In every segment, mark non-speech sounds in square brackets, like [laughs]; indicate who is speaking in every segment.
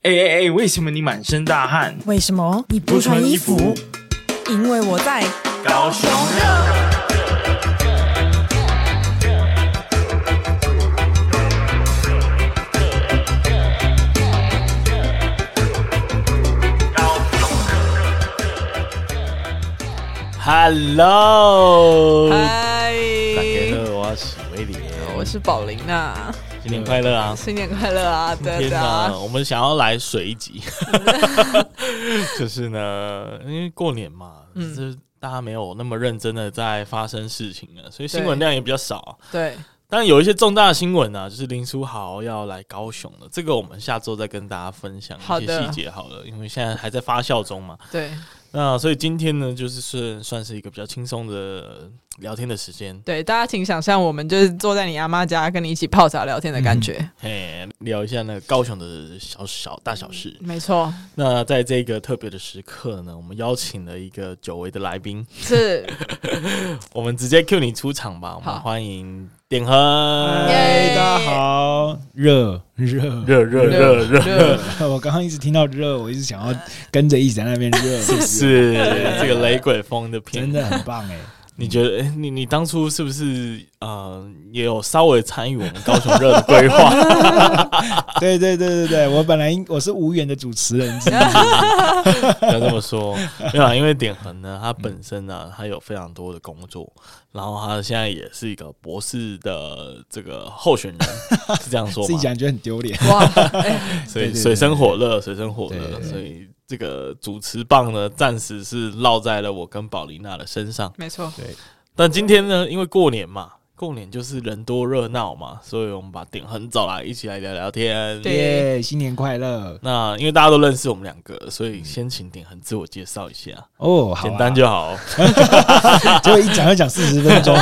Speaker 1: 哎哎哎，为什么你满身大汗？
Speaker 2: 为什么你不穿衣服？因为我在。
Speaker 1: 高雄，Hello，
Speaker 3: 嗨，
Speaker 1: 大家啊好，我是威廉，
Speaker 3: 哎我是宝琳娜，
Speaker 1: 新年快乐啊！
Speaker 3: 新年快乐啊！对
Speaker 1: 天
Speaker 3: 的啊
Speaker 1: 哪，，我们想要来水一
Speaker 3: [laughs]
Speaker 1: 集，就是呢，因为过年嘛，
Speaker 3: 嗯
Speaker 1: 就是大家没有那么认真的在发生事情了，所以新闻量也比较少。
Speaker 3: 对，
Speaker 1: 当然有一些重大的新闻啊，就是林书豪要来高雄了，这个我们下周再跟大家分享
Speaker 3: 好
Speaker 1: 一些
Speaker 3: 的
Speaker 1: 细节好了，因为现在还在发酵中嘛。
Speaker 3: 对，
Speaker 1: 那所以今天呢，就是是算是一个比较轻松的聊天的时间，
Speaker 3: 对，大家请想象我们就是坐在你阿妈家，跟你一起泡茶聊天的
Speaker 1: 嗯
Speaker 3: 感觉。
Speaker 1: 嘿，聊一下那个高雄的小小大小事。
Speaker 3: 没错，
Speaker 1: 那在这个特别的时刻呢，我们邀请了一个久违的来宾， [laughs]
Speaker 3: 是
Speaker 1: 我们直接 cue 你出场吧。我们
Speaker 3: 好
Speaker 1: 欢迎鼎亨，
Speaker 3: 耶
Speaker 4: 大家好，热热，
Speaker 1: 热热热热，
Speaker 3: 热
Speaker 4: [laughs] 我刚刚一直听到热，我一直想要跟着一直在那边
Speaker 1: [laughs]
Speaker 4: 热，
Speaker 1: 是这个雷鬼风的片
Speaker 4: 真的很棒哎、
Speaker 1: 你觉得，诶你你当初是不是呃也有稍微参与我们高雄热的规划？
Speaker 4: 对对对对对，我本来应我是无缘的主持人之一，
Speaker 1: 不要这么说，没有啊，因为点恒呢，他本身呢、他有非常多的工作，然后他现在也是一个博士的这个候选人，
Speaker 4: [laughs]
Speaker 1: 是这样说
Speaker 4: 自己
Speaker 1: 吗？
Speaker 4: 讲觉得很丢脸。
Speaker 3: 哇，哎
Speaker 1: 所以
Speaker 4: [laughs] 对对对
Speaker 1: 水深火热，水深火
Speaker 4: 对
Speaker 1: 热，
Speaker 4: 对对
Speaker 1: 所以这个主持棒呢，暂时是落在了我跟宝琳娜的身上。
Speaker 3: 没错，
Speaker 4: 对，
Speaker 1: 但今天呢，因为过年嘛，过年就是人多热闹嘛，所以我们把点恒找来一起来聊聊天。
Speaker 3: 对
Speaker 4: 耶、新年快乐
Speaker 1: 那因为大家都认识我们两个，所以先请点恒自我介绍一下，
Speaker 4: 哦，嗯好啊、
Speaker 1: 简单就好。
Speaker 4: [laughs] 结果一讲就讲四十
Speaker 3: [laughs]
Speaker 4: 分钟。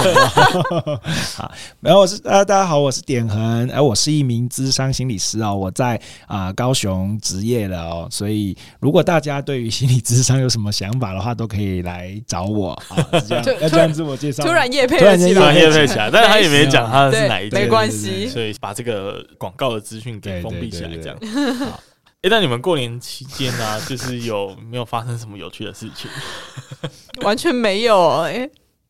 Speaker 4: 好，然后我是呃，大家好，我是点恒，哎、我是一名资商心理师哦，我在啊、高雄职业了哦，所以如果大家对于心理咨商有什么想法的话，都可以来找我
Speaker 3: [laughs]
Speaker 4: 啊，是这样
Speaker 3: 就
Speaker 4: 要
Speaker 3: 突
Speaker 4: 这
Speaker 3: 然
Speaker 4: 样自我介绍吗，
Speaker 3: 突然夜配
Speaker 4: 突
Speaker 3: 了
Speaker 4: 然间
Speaker 3: 起
Speaker 1: 突
Speaker 3: 来
Speaker 1: 然，夜配起来，但是 [laughs] 他也没讲他是哪一
Speaker 3: 对，没
Speaker 1: 间，
Speaker 3: 关
Speaker 4: 对
Speaker 3: 系，
Speaker 1: 所以把这个广告的资讯给封闭起来，
Speaker 4: 对对
Speaker 1: 这样
Speaker 4: 对。
Speaker 1: 好哎、那你们过年期间呢、啊， [laughs] 就是有没有发生什么有趣的事
Speaker 3: [laughs]
Speaker 1: 情？
Speaker 3: 完全没有哎。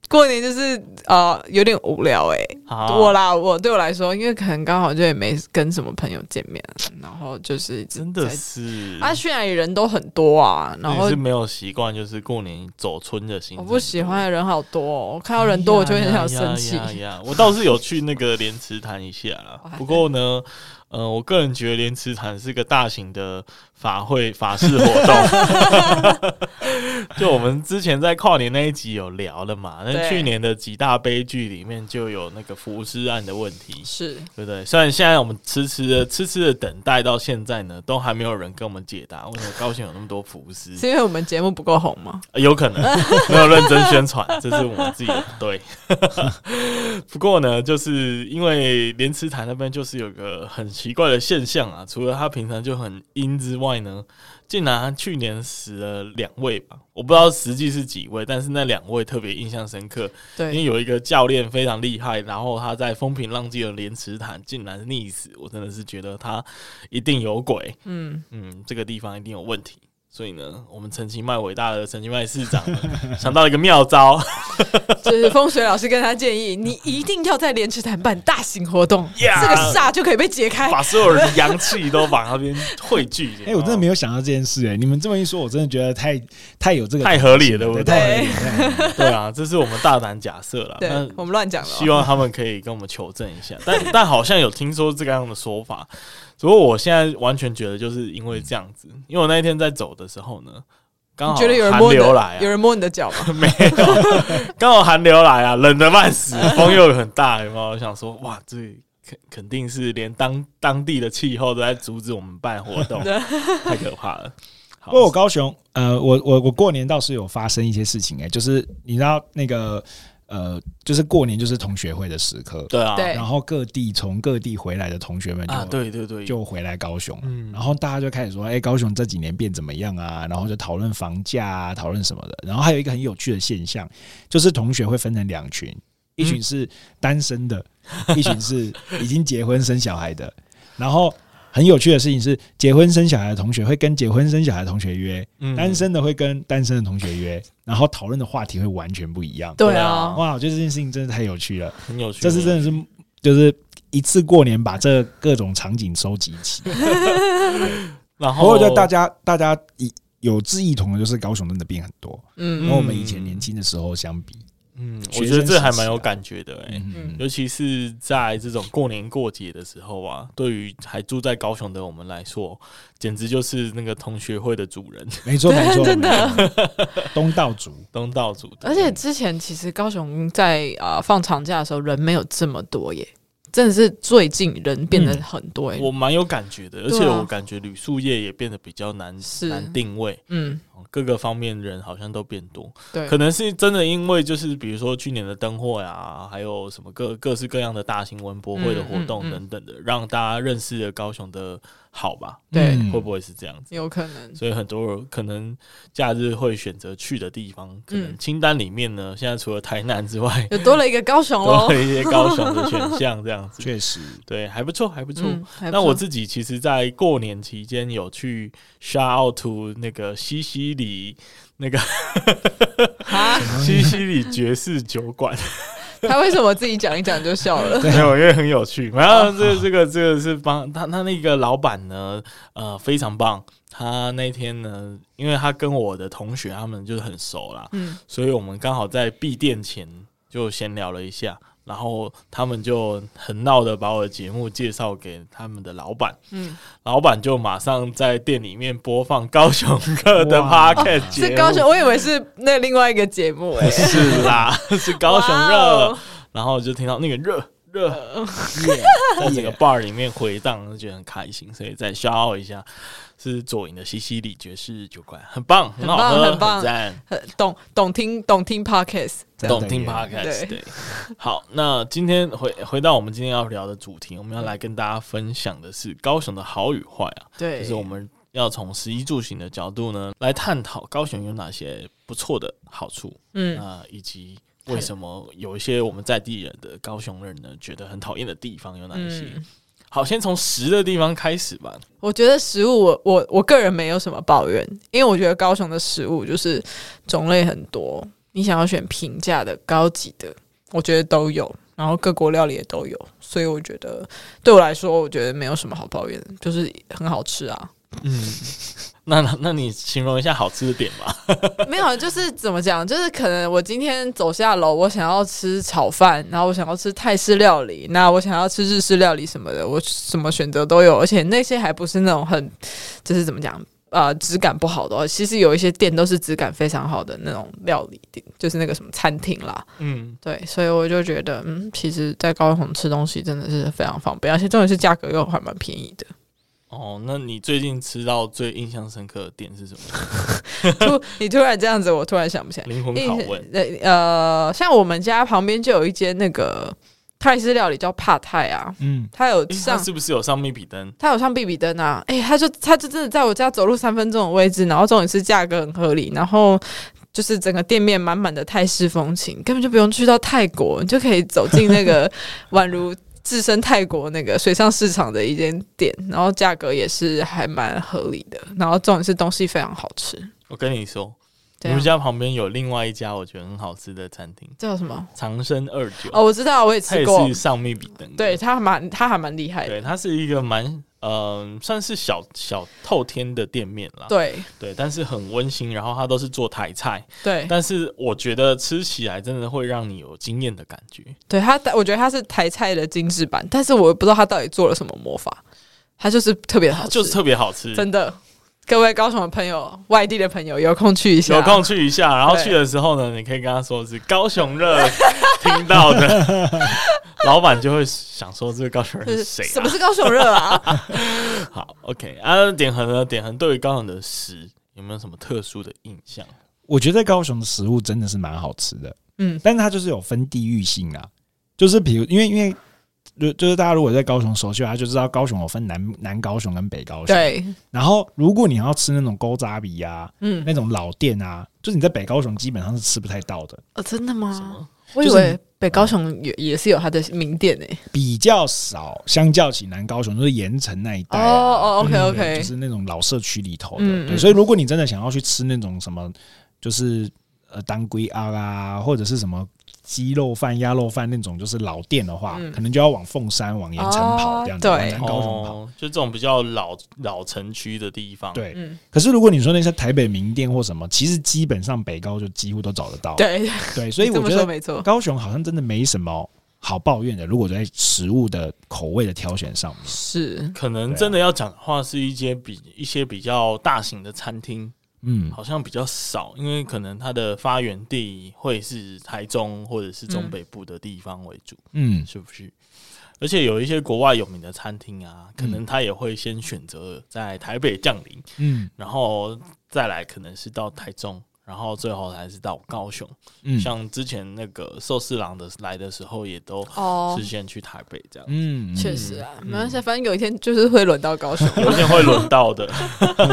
Speaker 3: 过年就是呃有点无聊哎、
Speaker 1: 啊
Speaker 3: 我啦，我对我来说，因为可能刚好就也没跟什么朋友见面，然后就是
Speaker 1: 真的是，
Speaker 3: 啊，虽然人都很多啊，然
Speaker 1: 你
Speaker 3: 后
Speaker 1: 是没有习惯，就是过年走村的行程。
Speaker 3: 我不喜欢的人好多、哦，我看
Speaker 1: 哎呀，
Speaker 3: 到人多我就很想生气。
Speaker 1: 呀呀呀我倒是有去那个莲池潭一下啦，不过呢，呃，我个人觉得莲池潭是个大型的法会法事活动。
Speaker 3: [laughs]
Speaker 1: [laughs] 就我们之前在跨年那一集有聊了嘛，那
Speaker 3: 对
Speaker 1: 去年的几大悲剧里面就有那个浮尸案的问题。
Speaker 3: 是
Speaker 1: 对不对？虽然现在我们痴痴的、痴痴的等待到现在呢，都还没有人跟我们解答为什么高雄有那么多浮尸，
Speaker 3: 是因为我们节目不够红吗？
Speaker 1: 呃有可能没有认真宣传，这是我们自己的不对。 [laughs] 不过呢，就是因为莲池潭那边就是有个很奇怪的现象啊，除了他平常就很阴之外呢，竟然他去年死了两位吧，我不知道实际是几位，但是那两位特别印象深刻，因为
Speaker 3: 对，
Speaker 1: 有一个教练非常厉害，然后他在风平浪静的莲池潭竟然溺死，我真的是觉得他一定有鬼。
Speaker 3: 嗯，
Speaker 1: 嗯，这个地方一定有问题。所以呢，我们陈其迈伟大的陈其迈市长呢想到一个妙招，
Speaker 3: 就是风水老师跟他建议，你一定要在莲池潭办大型活动
Speaker 1: Yeah
Speaker 3: 这个煞就可以被解开。
Speaker 1: 把所有人的阳气都往那边汇聚。
Speaker 4: 哎、我真的没
Speaker 1: 有
Speaker 4: 有想到这件事哎、你们这么一说，我真的觉得太太有这个
Speaker 1: 太合理了对不对
Speaker 4: 太合理了太合理了。
Speaker 1: 吗对啊，这是我们大胆假设了。
Speaker 3: 对
Speaker 1: 那
Speaker 3: 我们乱讲了哦，
Speaker 1: 希望他们可以跟我们求证一下，但但好像有听说这个样的说法，只不过我现在完全觉得就是因为这样子，因为我那一天在走的时候呢，刚好
Speaker 3: 你觉得有人
Speaker 1: 寒
Speaker 3: 摸你
Speaker 1: 流
Speaker 3: 的，
Speaker 1: 来、啊
Speaker 3: 有，人摸你的脚
Speaker 1: [laughs]
Speaker 3: 吗？
Speaker 1: 没有，刚好寒流来啊，冷的半
Speaker 3: [laughs]
Speaker 1: 死，风又很大，有没有？我想说，哇，这肯肯定是连当当地的气候都在阻止我们办活
Speaker 3: [laughs]
Speaker 1: 动，太可怕了。好
Speaker 4: 不过我高雄，呃，我我我过年倒是有发生一些事情哎、就是你知道那个呃，就是过年就是同学会的时刻，
Speaker 1: 对啊，
Speaker 3: 对
Speaker 4: 然后各地从各地回来的同学们就、
Speaker 1: 啊，对对对，
Speaker 4: 就回来高雄，
Speaker 1: 嗯
Speaker 4: 然后大家就开始说，哎、高雄这几年变怎么样啊？然后就讨论房价啊，讨论什么的。然后还有一个很有趣的现象，就是同学会分成两群，一 [laughs] 群是单身的，一群是已经结婚生小孩的。然后很有趣的事情是，结婚生小孩的同学会跟结婚生小孩的同学约，
Speaker 1: 嗯
Speaker 4: 单身的会跟单身的同学约，然后讨论的话题会完全不一样。
Speaker 3: 对
Speaker 1: 啊
Speaker 3: 啊，
Speaker 4: 哇，我觉得这件事情真的太有趣了，
Speaker 1: 很有趣，
Speaker 4: 这次真的是就是一次过年把这各种场景收集
Speaker 3: [laughs]
Speaker 4: 起。
Speaker 1: 然
Speaker 4: 不
Speaker 1: 后
Speaker 4: 过我觉得大家大家一有志一同的就是高雄真的变很多，跟
Speaker 3: 嗯
Speaker 1: 嗯
Speaker 4: 我们以前年轻的时候相比，
Speaker 1: 嗯，
Speaker 4: 学
Speaker 1: 我
Speaker 4: 生
Speaker 1: 觉得这还
Speaker 4: 时期
Speaker 1: 蛮有
Speaker 4: 啊
Speaker 1: 感觉的哎、
Speaker 4: 嗯
Speaker 1: 尤其是在这种过年过节的时候啊，对于还住在高雄的我们来说，简直就是那个同学会的主人，
Speaker 4: 没
Speaker 3: [laughs]
Speaker 4: 错没错，
Speaker 3: 嗯真的
Speaker 4: 没错东道主。
Speaker 3: [laughs]
Speaker 1: 东道主的。
Speaker 3: 而且之前其实高雄在啊、呃放长假的时候人没有这么多耶，真的是最近人变得很多耶。
Speaker 1: 嗯我蛮有感觉的，而
Speaker 3: 对啊
Speaker 1: 且我感觉旅宿业也变得比较难
Speaker 3: 是
Speaker 1: 难定位，
Speaker 3: 嗯，
Speaker 1: 哦各个方面人好像都变多，
Speaker 3: 对，
Speaker 1: 可能是真的因为就是比如说去年的灯会啊，还有什么各各式各样的大型文博会的活动
Speaker 3: 嗯嗯嗯
Speaker 1: 等等的，让大家认识了高雄的好吧？
Speaker 3: 对
Speaker 4: 嗯
Speaker 1: 会不会是这样子？
Speaker 3: 有可能。
Speaker 1: 所以很多人可能假日会选择去的地方，可能
Speaker 3: 嗯
Speaker 1: 清单里面呢，现在除了台南之外，
Speaker 3: 又多了一个高雄
Speaker 1: 多
Speaker 3: 喽，
Speaker 1: 了一些高雄的选项，这样子，
Speaker 4: 确实，
Speaker 1: 对，还不错，还不错。
Speaker 3: 嗯，还不
Speaker 1: 那
Speaker 3: 错
Speaker 1: 我自己其实，在过年期间有去 shout out to 那个西西里那
Speaker 3: [laughs]
Speaker 1: 个
Speaker 3: 啊，
Speaker 1: 西西里爵士酒馆，
Speaker 3: 他为什么自己讲一讲就笑了？
Speaker 1: 没有，因为很有趣。然后这个这个这个是帮他他那个老板呢，呃，非常棒。他那天呢，因为他跟我的同学他们就是很熟啦，
Speaker 3: 嗯，
Speaker 1: 所以我们刚好在闭店前就闲聊了一下，然后他们就很闹的把我的节目介绍给他们的老板，
Speaker 3: 嗯，
Speaker 1: 老板就马上在店里面播放高雄客的 podcast [laughs] 节目，
Speaker 3: 是高雄，我以为是那另外一个节目
Speaker 1: [laughs]
Speaker 3: 哎、
Speaker 1: 是啦，是高雄
Speaker 3: 哇
Speaker 1: 热
Speaker 3: 哦，呃
Speaker 1: 然后就听到那个热热，
Speaker 3: [laughs]
Speaker 1: 在整个 bar 里面回荡，就觉得很开心，所以再消耗一下。是左营的西西里爵士酒馆，很棒，很
Speaker 3: 棒
Speaker 1: 好喝，
Speaker 3: 很棒
Speaker 1: 赞。
Speaker 3: 很懂懂听懂听 podcast，这样
Speaker 1: 懂听
Speaker 4: 的
Speaker 1: podcast
Speaker 3: 对
Speaker 1: 对，好，那今天回回到我们今天要聊的主题，我们要来跟大家分享的是高雄的好与坏啊，
Speaker 3: 对，
Speaker 1: 就是我们要从食衣住行的角度呢来探讨高雄有哪些不错的好处，
Speaker 3: 嗯
Speaker 1: 啊、以及为什么有一些我们在地人的高雄人呢觉得很讨厌的地方有哪一些？
Speaker 3: 嗯，
Speaker 1: 好，先从食的地方开始吧。
Speaker 3: 我觉得食物我我我个人没有什么抱怨，因为我觉得高雄的食物就是种类很多，你想要选平价的、高级的，我觉得都有，然后各国料理也都有，所以我觉得对我来说，我觉得没有什么好抱怨的，就是很好吃啊。
Speaker 1: 嗯，那那你形容一下好吃的点
Speaker 3: [laughs]
Speaker 1: 吧。
Speaker 3: 没有，就是怎么讲，就是可能我今天走下楼，我想要吃炒饭，然后我想要吃泰式料理，那我想要吃日式料理什么的，我什么选择都有，而且那些还不是那种很，就是怎么讲。呃，质感不好的哦，其实有一些店都是质感非常好的那种料理店，就是那个什么餐厅啦，
Speaker 1: 嗯，
Speaker 3: 对，所以我就觉得，嗯，其实，在高雄吃东西真的是非常方便，而且重点是价格又还蛮便宜的。
Speaker 1: 哦，那你最近吃到最印象深刻的点是什么？
Speaker 3: 突你突然这样子，我突然想不起来，
Speaker 1: 灵魂拷问。
Speaker 3: 呃呃，像我们家旁边就有一间那个泰式料理叫帕泰啊，
Speaker 4: 嗯，
Speaker 3: 它有
Speaker 1: 诶
Speaker 3: 上
Speaker 1: 它是不是有上密比登？
Speaker 3: 它有上必比登啊，哎、它就它就真的在我家走路三分钟的位置，然后重点是价格很合理，然后。就是整个店面满满的泰式风情，根本就不用去到泰国，你就可以走进那个
Speaker 1: [laughs]
Speaker 3: 宛如置身泰国那个水上市场的一间店，然后价格也是还蛮合理的，然后重点是东西非常好吃。
Speaker 1: 我跟你说，我
Speaker 3: 对啊
Speaker 1: 们家旁边有另外一家我觉得很好吃的餐厅，
Speaker 3: 叫什么？
Speaker 1: 长生二九，
Speaker 3: 哦，我知道，我也
Speaker 1: 它
Speaker 3: 吃
Speaker 1: 也
Speaker 3: 过
Speaker 1: 是。上密比登的。
Speaker 3: 对，它还蛮它还蛮厉害的。
Speaker 1: 对，它是一个蛮嗯、呃算是小小透天的店面啦。
Speaker 3: 对
Speaker 1: 对，但是很温馨，然后它都是做台菜，
Speaker 3: 对
Speaker 1: 但是我觉得吃起来真的会让你有惊艳的感觉。
Speaker 3: 对，他我觉得他是台菜的精致版，但是我不知道他到底做了什么魔法，他就是特别好
Speaker 1: 它
Speaker 3: 吃，
Speaker 1: 就是特别好吃，
Speaker 3: 真的。各位高雄的朋友，外地的朋友，有空去一下。
Speaker 1: 有空去一下，然后
Speaker 3: 对
Speaker 1: 去的时候呢，你可以跟他说是高雄热听到的， [laughs] 老板就会想说这个高雄人
Speaker 3: 就是是
Speaker 1: 谁、
Speaker 3: 什
Speaker 1: 啊
Speaker 3: 么？是高雄热啊？
Speaker 1: 好，OK，啊，点恒呢？点恒对于高雄的食有没有什么特殊的印象？
Speaker 4: 我觉得高雄的食物真的是蛮好吃的，
Speaker 3: 嗯
Speaker 4: 但是它就是有分地域性啊，就是比如因为因为就就是大家如果在高雄熟悉的话，就知道高雄有分南南高雄跟北高雄。
Speaker 3: 对，
Speaker 4: 然后，如果你要吃那种勾扎比啊，
Speaker 3: 嗯，
Speaker 4: 那种老店啊，就是你在北高雄基本上是吃不太到的，
Speaker 3: 哦，真的
Speaker 1: 什
Speaker 3: 吗？
Speaker 1: 么？
Speaker 3: 我以
Speaker 4: 就是
Speaker 3: 为北高雄也也是有它的名店诶、
Speaker 4: 比较少。相较起南高雄，就是盐城那一带、啊。
Speaker 3: 哦哦
Speaker 4: 对对
Speaker 3: OK，OK
Speaker 4: 对就是那种老社区里头的。
Speaker 3: 嗯
Speaker 4: 对，
Speaker 3: 嗯
Speaker 4: 所以如果你真的想要去吃那种什么，就是呃当归啊啊，或者是什么。鸡肉饭、鸭肉饭那种就是老店的话，
Speaker 3: 嗯
Speaker 4: 可能就要往凤山、往盐城跑
Speaker 3: 哦
Speaker 4: 这样子，
Speaker 3: 对
Speaker 4: 往南高雄跑。
Speaker 1: 哦，就这种比较老老城区的地方，，
Speaker 4: 对，
Speaker 3: 嗯，
Speaker 4: 可是如果你说那些台北名店或什么，其实基本上北高就几乎都找得到。
Speaker 3: 对，
Speaker 4: 对，哦所以
Speaker 3: 你这
Speaker 4: 我
Speaker 3: 么
Speaker 4: 觉
Speaker 3: 说
Speaker 4: 得
Speaker 3: 没错。
Speaker 4: 高雄好像真的没什么好抱怨的。如果在食物的口味的挑选上面，
Speaker 3: 是，
Speaker 1: 可能
Speaker 4: 对啊
Speaker 1: 真的要讲的话，是一些比一些比较大型的餐厅，
Speaker 4: 嗯，
Speaker 1: 好像比较少，因为可能它的发源地会是台中或者是中北部的地方为主，
Speaker 4: 嗯，
Speaker 1: 是不是？而且有一些国外有名的餐厅啊，可能它也会先选择在台北降临，
Speaker 4: 嗯，
Speaker 1: 然后再来可能是到台中，然后最后还是到高雄。
Speaker 4: 嗯，
Speaker 1: 像之前那个寿司郎的来的时候，也都
Speaker 3: 哦
Speaker 1: 是先去台北这样，
Speaker 4: 嗯，
Speaker 3: 确实啊，没关系，反正有一天就是会轮到高雄。 [laughs]
Speaker 1: 有些会轮到的。 [laughs]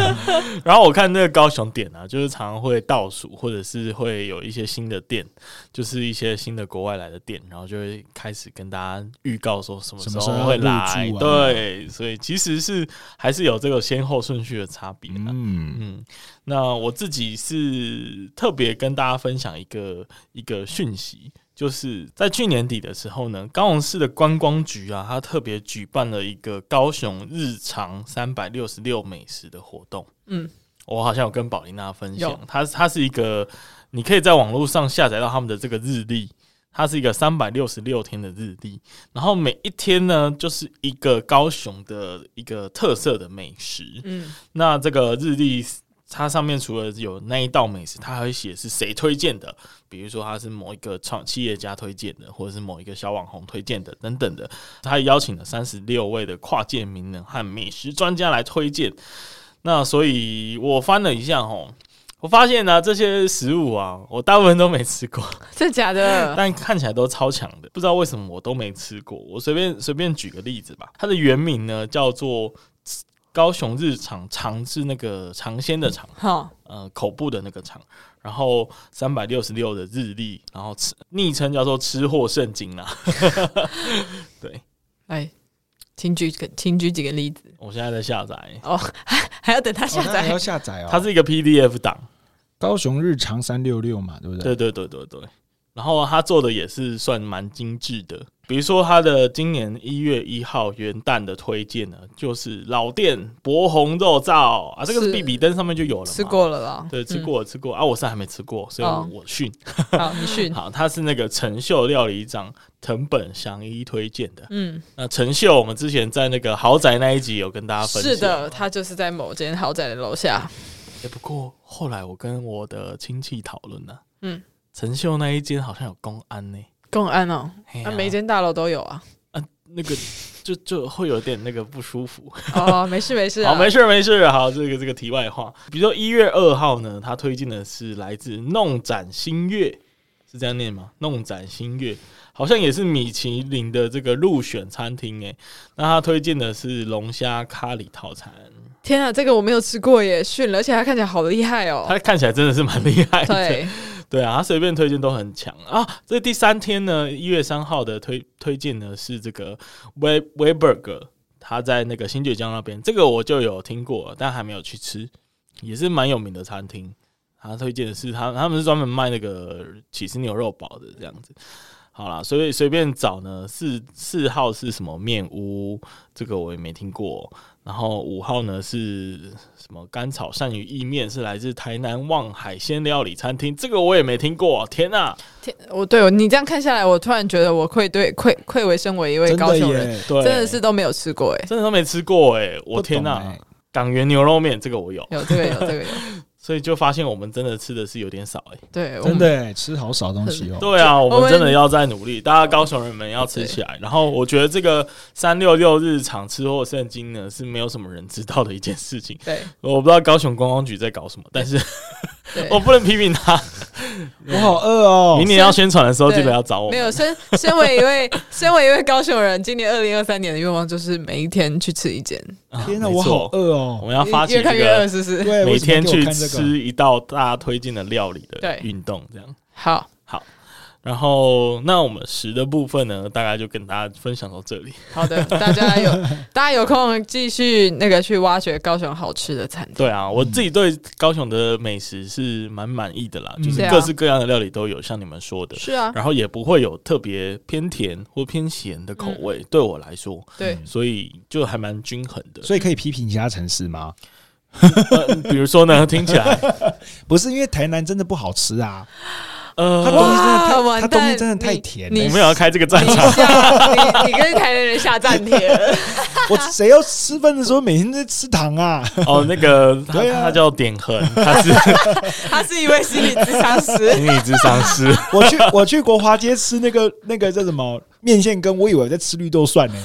Speaker 1: 然后我看那个高雄店啊，就是常常会倒数，或者是会有一些新的店，就是一些新的国外来的店，然后就会开始跟大家预告说什么
Speaker 4: 什
Speaker 1: 时
Speaker 4: 么时候
Speaker 1: 候
Speaker 4: 要
Speaker 1: 会
Speaker 4: 入住
Speaker 1: 来。
Speaker 4: 啊
Speaker 1: 对，所以其实是还是有这个先后顺序的差别的、
Speaker 4: 嗯，
Speaker 1: 嗯，那我自己是特别跟大家分享一个一个讯息，就是在去年底的时候呢，高雄市的观光局啊，它特别举办了一个高雄日常三百六十六美食的活动。
Speaker 3: 嗯，
Speaker 1: 我好像有跟宝琳娜分享
Speaker 3: 有，
Speaker 1: 它它是一个你可以在网络上下载到他们的这个日历。它是一个三百六十六天的日历，然后每一天呢，就是一个高雄的一个特色的美食。
Speaker 3: 嗯，
Speaker 1: 那这个日历它上面除了有那一道美食，它还会写是谁推荐的，比如说它是某一个创企业家推荐的，或者是某一个小网红推荐的等等的。他邀请了三十六位的跨界名人和美食专家来推荐。那所以我翻了一下吼。我发现呢、这些食物啊，我大部分都没吃过，
Speaker 3: 真的假的？
Speaker 1: 但看起来都超强的，不知道为什么我都没吃过。我随便随便举个例子吧，它的原名呢叫做高雄日常常是那个尝鲜的尝，
Speaker 3: 好，
Speaker 1: 呃，口部的那个尝，然后三百六十六的日历，然后吃昵称叫做吃货圣经啊啦。对
Speaker 3: 哎，请举个，请举几个例子。
Speaker 1: 我现在在下载，
Speaker 3: 哦，还还要等他下
Speaker 4: 哦那还
Speaker 3: 载
Speaker 4: 要。下载哦。
Speaker 1: 它是一个 PDF 档，
Speaker 4: 高雄日常三六六嘛，对不对？
Speaker 1: 对对对对对。然后他做的也是算蛮精致的，比如说他的今年一月一号元旦的推荐呢，就是老店博红肉燥啊，这个是
Speaker 3: 是
Speaker 1: 必比登上面就有了，
Speaker 3: 吃，过了啦，
Speaker 1: [laughs] 对，吃
Speaker 3: 嗯。
Speaker 1: 过了吃过啊，我是还没吃过，所以
Speaker 3: 哦
Speaker 1: 我训。
Speaker 3: 好，你
Speaker 1: [laughs]
Speaker 3: 训。
Speaker 1: 好，他是那个陈秀料理长藤本祥一推荐的。
Speaker 3: 嗯，
Speaker 1: 那陈秀，我们之前在那个豪宅那一集有跟大家分享，
Speaker 3: 是的，他就是在某间豪宅的楼下。
Speaker 1: 欸，不过后来我跟我的亲戚讨论呢，
Speaker 3: 嗯，
Speaker 1: 陈秀那一间好像有公安呢、
Speaker 3: 公安哦，
Speaker 1: 嘿
Speaker 3: 那
Speaker 1: 啊
Speaker 3: 每一间大楼都有啊。
Speaker 1: 啊，那个就就会有点那个不舒服。
Speaker 3: 哦，没事没事啊，
Speaker 1: 好，没事没事。好，这个这个题外话，比如说一月二号呢，他推荐的是来自弄展新月，是这样念吗？弄展新月好像也是米其林的这个入选餐厅诶。那他推荐的是龙虾咖喱套餐，
Speaker 3: 天啊，这个我没有吃过耶，训了，而且它看起来好厉害哦。
Speaker 1: 他看起来真的是蛮厉害的。
Speaker 3: 对，
Speaker 1: 对啊，他随便推荐都很强啊。这第三天呢，一月三号的推推荐呢是这个 We Weberg，他在那个新爵江那边，这个我就有听过，但还没有去吃，也是蛮有名的餐厅。他推荐的是他他们是专门卖那个起司牛肉堡的这样子。好啦，所以随便找呢，四四号是什么面屋，这个我也没听过。然后五号呢是什么甘草鳝鱼意面，是来自台南望海鲜料理餐厅，这个我也没听过。天呐、
Speaker 3: 天，我对我你这样看下来，我突然觉得我愧对愧愧为身为一位
Speaker 4: 真
Speaker 3: 高
Speaker 4: 的
Speaker 3: 雄人，
Speaker 4: 耶，
Speaker 1: 对，
Speaker 3: 真的是都没有吃过哎。
Speaker 1: 真的都没吃过哎、我
Speaker 4: 不
Speaker 1: 天
Speaker 4: 懂
Speaker 1: 呐、
Speaker 4: 哎
Speaker 1: 港元牛肉面这个我有，
Speaker 3: 有这个有这个有，
Speaker 1: 所以就发现我们真的吃的是有点少哎、
Speaker 3: 对，我
Speaker 4: 真
Speaker 3: 们
Speaker 4: 的耶吃好少东西哦。
Speaker 1: 对啊，我
Speaker 3: 我
Speaker 1: 们
Speaker 3: 们
Speaker 1: 真的要再努力，大家高雄人们要吃起来。然后我觉得这个三六六日常吃货圣经呢是没有什么人知道的一件事情，
Speaker 3: 对
Speaker 1: 我不知道高雄观光局在搞什么，但是
Speaker 3: 对
Speaker 1: 我不能批评他，
Speaker 4: 我好饿哦。
Speaker 1: 明年要宣传的时候，记得要找我
Speaker 3: 没
Speaker 1: 们。
Speaker 3: 有，身身为一位身为一位高雄人，今年二零二三年的愿望就是每一天去吃一间，
Speaker 1: 啊
Speaker 4: 天哪，
Speaker 1: 没
Speaker 4: 我
Speaker 1: 错
Speaker 4: 好饿
Speaker 1: 我
Speaker 4: 哦。
Speaker 1: 们要发起
Speaker 3: 越
Speaker 1: 一
Speaker 3: 看越饿，
Speaker 1: 个
Speaker 3: 是不是？
Speaker 4: 对，
Speaker 1: 每
Speaker 4: 哎为什么
Speaker 1: 天
Speaker 4: 给我
Speaker 1: 去
Speaker 4: 看这个
Speaker 1: 吃一道大家推荐的料理的
Speaker 3: 对
Speaker 1: 运动，这样。
Speaker 3: 好，
Speaker 1: 然后，那我们食的部分呢，大概就跟大家分享到这里。 [laughs]
Speaker 3: 好的，大家有大家有空继续那个去挖掘高雄好吃的餐厅。
Speaker 1: 对啊，我自己对高雄的美食是蛮满意的啦，
Speaker 4: 嗯
Speaker 1: 就是
Speaker 3: 对啊
Speaker 1: 各式各样的料理都有，像你们说的，
Speaker 3: 是啊，
Speaker 1: 然后也不会有特别偏甜或偏咸的口味，对我来说，
Speaker 3: 嗯对，
Speaker 1: 所以就还蛮均衡的。 [laughs]
Speaker 4: 所以可以批评其他城市吗？
Speaker 1: 呃比如说呢，听起来，
Speaker 3: [laughs]
Speaker 4: 不是因为台南真的不好吃啊，
Speaker 1: 呃，
Speaker 4: 它东西真的太，
Speaker 3: 完
Speaker 4: 它
Speaker 3: 蛋
Speaker 4: 东西真的太甜欸
Speaker 1: 我
Speaker 3: 你
Speaker 4: 了。
Speaker 1: 们也要开这个战
Speaker 3: 你
Speaker 1: 场， [laughs]
Speaker 3: 下你你跟台南人下战帖了，
Speaker 4: 我谁要吃饭的时候每天在吃糖啊？
Speaker 1: 哦，那个他
Speaker 4: 对啊
Speaker 1: 他叫点恒，他
Speaker 3: [laughs]
Speaker 1: 是
Speaker 3: 他是一位心理咨商师。
Speaker 1: 心 [laughs] 理智商师，
Speaker 4: 我去 [laughs] 我去国华街吃那个那个叫什么面线羹，我以为我在吃绿
Speaker 1: [laughs]
Speaker 4: 豆蒜呢、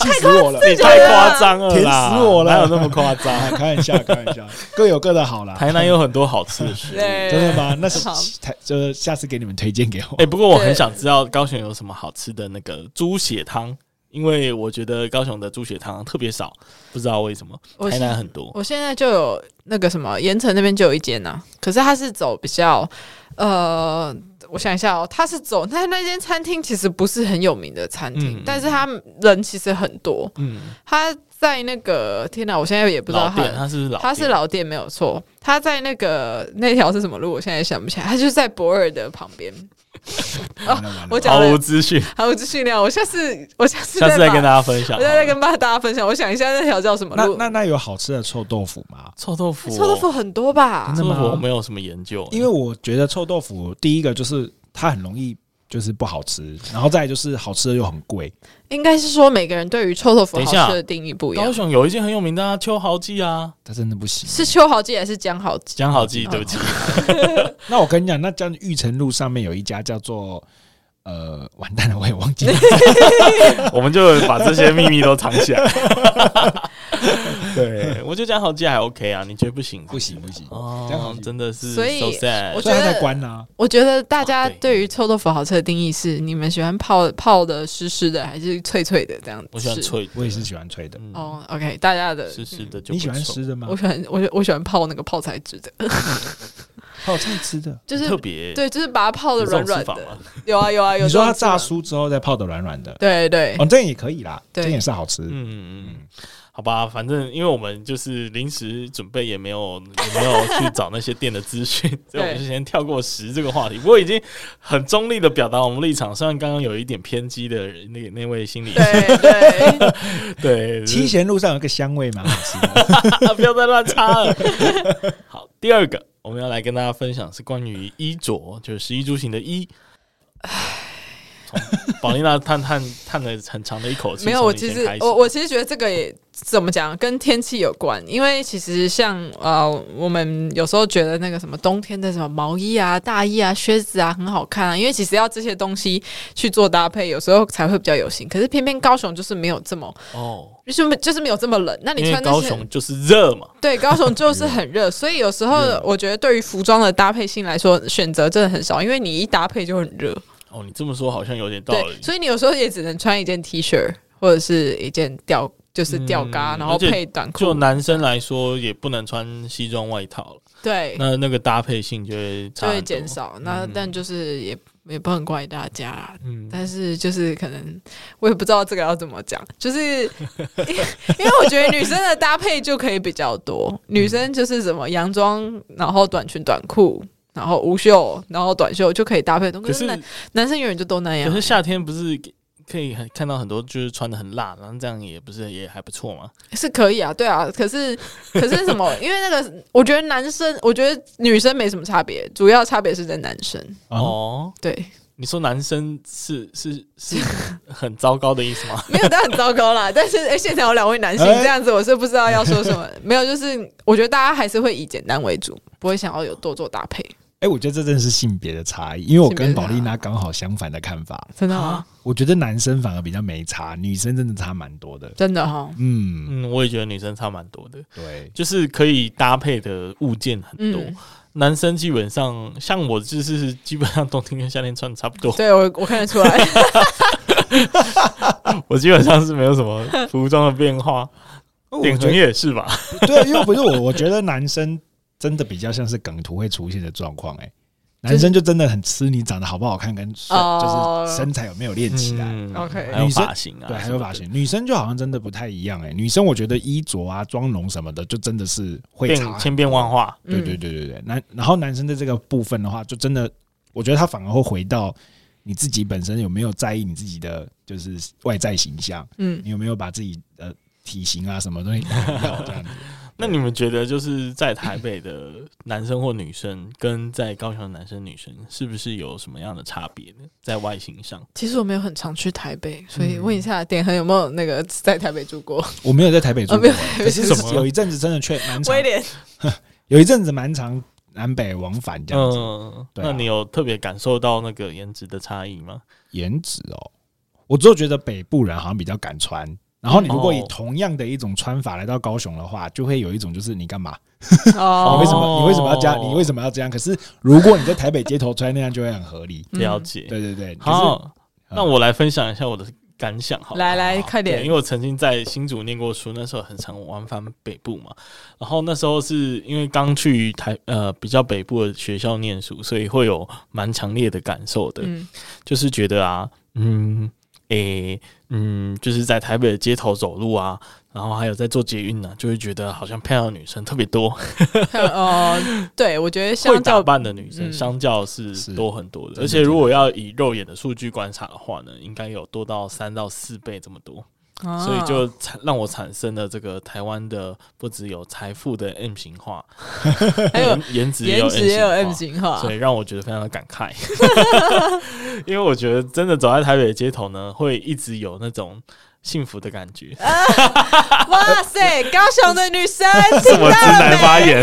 Speaker 4: 气死我了！
Speaker 1: 你太夸张了
Speaker 4: 甜
Speaker 1: 啦，
Speaker 4: 死我了
Speaker 1: 哪有那么夸
Speaker 4: 啊
Speaker 1: 张？
Speaker 4: [laughs] 开玩笑，开玩笑，各有各的好啦。
Speaker 1: 台南有很多好吃的食物。
Speaker 3: [laughs] 对，
Speaker 4: 真的吗？那是
Speaker 3: 好
Speaker 4: 台就是下次给你们推荐给我
Speaker 1: 哎、。不过我很
Speaker 3: 对
Speaker 1: 想知道高雄有什么好吃的那个猪血汤，因为我觉得高雄的猪血汤特别少，不知道为什么，
Speaker 3: 我
Speaker 1: 台
Speaker 3: 是
Speaker 1: 南很多。
Speaker 3: 我现在就有那个什么盐城那边就有一间呐、啊可是它是走比较呃，我想一下哦，它是走那那间餐厅其实不是很有名的餐厅，
Speaker 1: 嗯
Speaker 3: 但是它人其实很多。
Speaker 1: 嗯，
Speaker 3: 它在那个天哪，我现在也不知
Speaker 1: 老
Speaker 3: 道它
Speaker 1: 店，它是不是老店？
Speaker 3: 它是老店没有错，它在那个那条是什么路，我现在也想不起来，它就是在博尔的旁
Speaker 1: [laughs]
Speaker 3: 边。哦
Speaker 4: 完了完了
Speaker 3: 我讲
Speaker 1: 毫无
Speaker 3: 了
Speaker 1: 资
Speaker 3: [laughs]
Speaker 1: 讯，
Speaker 3: 毫无资讯量，我下次我下次
Speaker 1: 下次再
Speaker 3: 把
Speaker 1: 跟大家分享好
Speaker 3: 我
Speaker 1: 了。
Speaker 3: 再跟大家分享，我想一下那条叫什么
Speaker 4: 那
Speaker 3: 路。
Speaker 4: 那那有好吃的臭豆腐吗？
Speaker 1: 臭豆腐哦、
Speaker 3: 臭豆腐很多吧？
Speaker 1: 臭豆腐
Speaker 4: 真的吗
Speaker 1: 我没有什么研究、
Speaker 4: 因为我觉得臭豆腐第一个就是它很容易就是不好吃，然后再来就是好吃的又很贵。
Speaker 3: 应该是说每个人对于臭豆腐
Speaker 1: 等一
Speaker 3: 好
Speaker 1: 下
Speaker 3: 吃的定义不一
Speaker 1: 高
Speaker 3: 样，
Speaker 1: 雄有一间很有名的、啊、秋豪记啊，
Speaker 4: 它真的不行。
Speaker 3: 是秋豪记还是江豪记？
Speaker 1: 讲好
Speaker 3: 哦
Speaker 1: 记，对
Speaker 3: [laughs]
Speaker 1: 不起，
Speaker 4: 那我跟你讲，那这样玉成路上面有一家叫做呃，完蛋了，我也忘
Speaker 1: [laughs]
Speaker 4: 记了。
Speaker 1: 我们就把这些秘密都藏
Speaker 3: [laughs]
Speaker 1: 起来。
Speaker 4: 对，
Speaker 1: 对我觉得讲好记还 OK 啊，你觉得不行？
Speaker 4: 不行不行，这样好
Speaker 1: 哦，
Speaker 4: 吃
Speaker 1: 真的是
Speaker 3: 所以
Speaker 1: so sad
Speaker 3: 我
Speaker 4: 所以它在关啦、
Speaker 3: 我觉得大家
Speaker 1: 啊对
Speaker 3: 对于臭豆腐好吃的定义是：你们喜欢泡泡的、湿湿的，还是脆脆的这样子？
Speaker 1: 我喜欢脆的，
Speaker 4: 我也是喜欢吹的。
Speaker 1: 嗯，
Speaker 3: 哦，OK，大家的
Speaker 1: 湿湿的就
Speaker 4: 你喜
Speaker 1: 不
Speaker 4: 欢
Speaker 1: 错
Speaker 4: 吃的吗
Speaker 3: 我？喜欢我我喜欢泡那个泡菜汁的，
Speaker 4: 泡菜吃的。
Speaker 3: 就是
Speaker 1: 特别
Speaker 3: 对，就是把它泡的
Speaker 1: 有这种
Speaker 3: 软
Speaker 1: 吃
Speaker 3: 软
Speaker 1: 法
Speaker 3: 的
Speaker 1: 吗。
Speaker 3: 有啊有啊 [laughs] 有。
Speaker 4: 你说它炸？酥之后再泡的软软的，
Speaker 3: 对对
Speaker 4: 哦，，这样也可以啦，这
Speaker 3: 对
Speaker 4: 样也是好吃。
Speaker 1: 嗯嗯嗯，好吧，反正因为我们就是临时准备，也没有也没有去找那些店的资讯， [laughs] 所以我们就先跳过食这个话题。不过已经很中立的表达我们立场，虽然刚刚有一点偏激的那那位心理师，
Speaker 3: 对对，
Speaker 1: 对，
Speaker 4: 七
Speaker 1: 就是
Speaker 4: 贤路上有一个香味蛮
Speaker 3: 嗯
Speaker 4: 好吃
Speaker 1: [laughs]
Speaker 4: 的。
Speaker 1: 啊不要再乱插了。 [laughs] 好，第二个我们要来跟大家分享是关于衣着，就是食衣住行的衣。从宝丽娜叹叹叹了很长的一口气，
Speaker 3: 没有，
Speaker 1: 从
Speaker 3: 我
Speaker 1: 你
Speaker 3: 其
Speaker 1: 先
Speaker 3: 实
Speaker 1: 开始
Speaker 3: 我我其实觉得这个也怎么讲，跟天气有关，因为其实像呃，我们有时候觉得那个什么冬天的什么毛衣啊、大衣啊、靴子啊很好看啊，因为其实要这些东西去做搭配，有时候才会比较有型。可是偏偏高雄就是没有这么，
Speaker 1: 哦，
Speaker 3: 就是没就是没有这么冷，那你
Speaker 1: 因为
Speaker 3: 穿那
Speaker 1: 高
Speaker 3: 些
Speaker 1: 雄嗯就是热嘛，
Speaker 3: 对，高
Speaker 1: [laughs]
Speaker 3: 雄就是很热，所以有时候
Speaker 1: 嗯
Speaker 3: 我觉得对于服装的搭配性来说，选择真的很少，因为你一搭配就很热。
Speaker 1: 哦，你这么说好像有点道
Speaker 3: 对
Speaker 1: 理，。
Speaker 3: 所以你有时候也只能穿一件 T 恤或者是一件吊，就是吊嘎，
Speaker 1: 嗯
Speaker 3: 然后
Speaker 1: 而且
Speaker 3: 配短
Speaker 1: 就
Speaker 3: 裤。
Speaker 1: 男生来说，也不能穿西装外套了，
Speaker 3: 对，
Speaker 1: 那那个搭配性就会
Speaker 3: 就
Speaker 1: 差
Speaker 3: 会
Speaker 1: 很多
Speaker 3: 减。少。那、
Speaker 1: 嗯
Speaker 3: 但就是也也不能怪大家啦。
Speaker 1: 嗯，
Speaker 3: 但是就是可能我也不知道这个要怎么讲，就是
Speaker 1: [laughs]
Speaker 3: 因为我觉得女生的搭配就可以比较多，
Speaker 1: 嗯
Speaker 3: 女生就是什么洋装，然后短裙、短裤，然后无袖，然后短袖就可以搭配的东西。
Speaker 1: 可是
Speaker 3: 男男生永远就都那
Speaker 1: 可
Speaker 3: 样啊
Speaker 1: 是。夏天不是可以很看到很多就是穿的很辣，然后这样也不是也还不错嘛。
Speaker 3: [laughs] 是可以啊，对啊，可是 [laughs] 可是什么？因为那个，我觉得男生，我觉得女生没什么差别，主要差别是在男生。
Speaker 4: 哦，
Speaker 1: 哦，
Speaker 3: 对， [laughs]
Speaker 1: 你说男生是是
Speaker 4: [laughs]
Speaker 1: 是很糟糕的意思 [laughs] 吗？
Speaker 3: 没有，但很糟糕啦。 [laughs] 但是、诶现场有两位男性，
Speaker 4: 哎
Speaker 3: 这样子我是不知道要说什么。没有，就是我觉得大家还是会以简单为主，不会想要有多做搭配。
Speaker 4: 哎，我觉得这真的是性别的差异，因为我跟
Speaker 3: 性别的差
Speaker 4: 宝丽娜刚好相反的看法。
Speaker 3: 真的
Speaker 1: 吗？
Speaker 4: 我觉得男生反而比较没差，女生真的差蛮多的。
Speaker 3: 真的哈。
Speaker 4: 嗯，
Speaker 1: 嗯，我也觉得女生差蛮多的，
Speaker 4: 对，
Speaker 1: 就是可以搭配的物件很多。
Speaker 3: 嗯
Speaker 1: 男生基本上像我就是基本上冬天跟夏天穿的差不多， [laughs]
Speaker 3: 对我我看得出来，
Speaker 1: 我基本上是没有什么服装的变
Speaker 4: [laughs]
Speaker 1: 化。
Speaker 4: 哦我
Speaker 1: 顶
Speaker 4: 觉
Speaker 1: 恒
Speaker 4: 得
Speaker 1: 也是吧？
Speaker 4: 对，啊因为不是我，我觉得男生真的比较像是梗图会出现的状况哎。男生就真的很吃你长得好不好看，跟帅
Speaker 3: 哦
Speaker 4: 就是身材有没有练起来。
Speaker 1: 嗯
Speaker 3: [laughs] OK
Speaker 1: 还有
Speaker 4: 女生
Speaker 1: 发型啊，
Speaker 4: 对，还有发，型，女生就好像真的不太一样哎、女生我觉得衣着啊、妆容什么的，就真的是会差
Speaker 1: 变千变万
Speaker 4: 化。
Speaker 1: 化。
Speaker 4: 对对
Speaker 3: 嗯
Speaker 4: 对对对，男然后男生在这个部分的话，就真的，我觉得他反而会回到你自己本身有没有在意你自己的就是外在形象，
Speaker 3: 嗯，
Speaker 4: 你有没有把自己的体型啊什么东西打好这样子。
Speaker 1: 那你们觉得就是在台北的男生或女生跟在高雄的男生女生是不是有什么样的差别呢？在外形上，
Speaker 3: 其实我没有很常去台北，所以问一下点恒有没有那个在台北住过？
Speaker 4: 我没有在台北住
Speaker 3: 哦
Speaker 4: 过
Speaker 3: 没有
Speaker 4: 欸，
Speaker 3: 台
Speaker 4: 可
Speaker 3: 北
Speaker 4: 是
Speaker 1: 住过
Speaker 4: 有一阵子真的却蛮
Speaker 3: [laughs]
Speaker 4: 长
Speaker 3: 威，廉，
Speaker 4: 有一阵子蛮长南北往返这样子。
Speaker 1: 嗯，
Speaker 4: 对啊
Speaker 1: 那你有特别感受到那个颜值的差异吗？
Speaker 4: 颜值哦，我只有觉得北部人好像比较敢穿。然后你如果以
Speaker 1: 哦
Speaker 4: 同样的一种穿法来到高雄的话，就会有一种就是你干嘛？
Speaker 3: [laughs] 哦，
Speaker 4: 你为什么？你为什么要这样？
Speaker 1: 哦
Speaker 4: 你为什么要这样？可是如果你在台北街头穿那样，就会很合理。
Speaker 3: 嗯
Speaker 1: 了解。
Speaker 4: 对对对，可是啊
Speaker 1: 好，那我来分享一下我的感想好了。
Speaker 3: [laughs] 来来
Speaker 4: 好
Speaker 3: 快
Speaker 1: 对，
Speaker 3: 点
Speaker 1: 因为，我曾经在新竹念过书，那时候很常往返北部嘛。然后那时候是因为刚去台呃比较北部的学校念书，所以会有蛮强烈的感受的，
Speaker 3: 嗯
Speaker 1: 就是觉得啊，嗯，诶、嗯，就是在台北的街头走路啊，然后还有在做捷运呢、啊就会觉得好像漂亮的女生特别多，
Speaker 3: [laughs] 哦，对，我觉得
Speaker 1: 会
Speaker 3: 相
Speaker 1: 打
Speaker 3: 较
Speaker 1: 扮的女生
Speaker 3: 嗯
Speaker 1: 相较是
Speaker 4: 是
Speaker 1: 多很多的，
Speaker 4: 真的
Speaker 1: 而且如果要以肉眼的数据观察的话呢，应该有多到三到四倍这么多。
Speaker 3: 啊
Speaker 1: 所以就产让我产生了这个台湾的不只有财富的 M 型化，
Speaker 3: 还有
Speaker 1: 颜颜值也有
Speaker 3: 颜
Speaker 1: M
Speaker 3: 值也有 M
Speaker 1: 型
Speaker 3: 型
Speaker 1: 化，
Speaker 3: 化
Speaker 1: 所，以让我觉得非常的感慨， [laughs] 因为我觉得真的走在台北的街头呢，会一直有那种幸福的感觉。
Speaker 3: 啊
Speaker 1: [laughs]
Speaker 3: 哇塞，高雄的女生，
Speaker 1: 什
Speaker 3: [laughs]
Speaker 1: 么直男发言？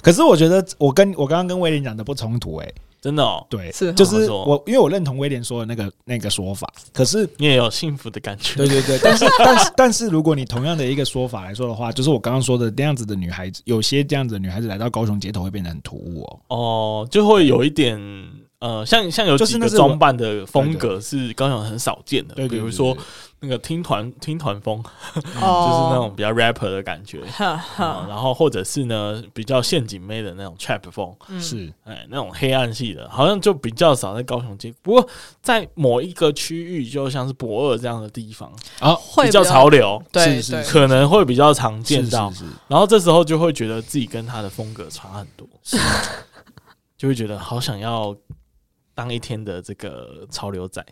Speaker 4: 可是我觉得我跟我刚刚跟威廉讲的不冲突哎、
Speaker 1: 真的哦，
Speaker 4: 对，
Speaker 3: 是
Speaker 4: 就
Speaker 1: 怎么
Speaker 4: 是
Speaker 1: 说
Speaker 4: 我因为我认同威廉说的那个那个说法，可是
Speaker 1: 你也有幸福的感觉
Speaker 4: 对。对对，但是 [laughs] 但是但是，如果你同样的一个说法来说的话，就是我刚刚说的那样子的女孩子，有些这样子的女孩子来到高雄街头会变得很突兀哦。
Speaker 1: 哦，就会有一点呃，像像有
Speaker 4: 就是
Speaker 1: 几
Speaker 4: 那
Speaker 1: 个
Speaker 4: 是我
Speaker 1: 装扮的风格是高雄很少见的，
Speaker 4: 对对
Speaker 1: 比
Speaker 4: 对
Speaker 1: 如
Speaker 4: 对
Speaker 1: 说
Speaker 4: 对
Speaker 1: 那个听团听团风， [laughs]
Speaker 3: 就是
Speaker 1: 就是那
Speaker 3: 那
Speaker 1: 种比较 rapper 的感觉。
Speaker 3: 哈
Speaker 1: 啊，
Speaker 3: 哈，
Speaker 1: 然后或者是呢比较陷阱妹的那种 trap 风，
Speaker 3: 嗯
Speaker 4: 是
Speaker 1: 哎，那种黑暗系的，好像就比较少在高雄街。不过在某一个区域，就像是博二这样的地方，
Speaker 4: 啊，
Speaker 3: 会
Speaker 1: 比较潮，流，
Speaker 3: 对
Speaker 4: 是是
Speaker 3: 对，
Speaker 1: 可能会比较常
Speaker 4: 是
Speaker 1: 见到。
Speaker 4: 是是
Speaker 1: 然后这时候就会觉得自己跟他的风格差很多， [laughs] 就会觉得好想要当一天的这个潮流仔。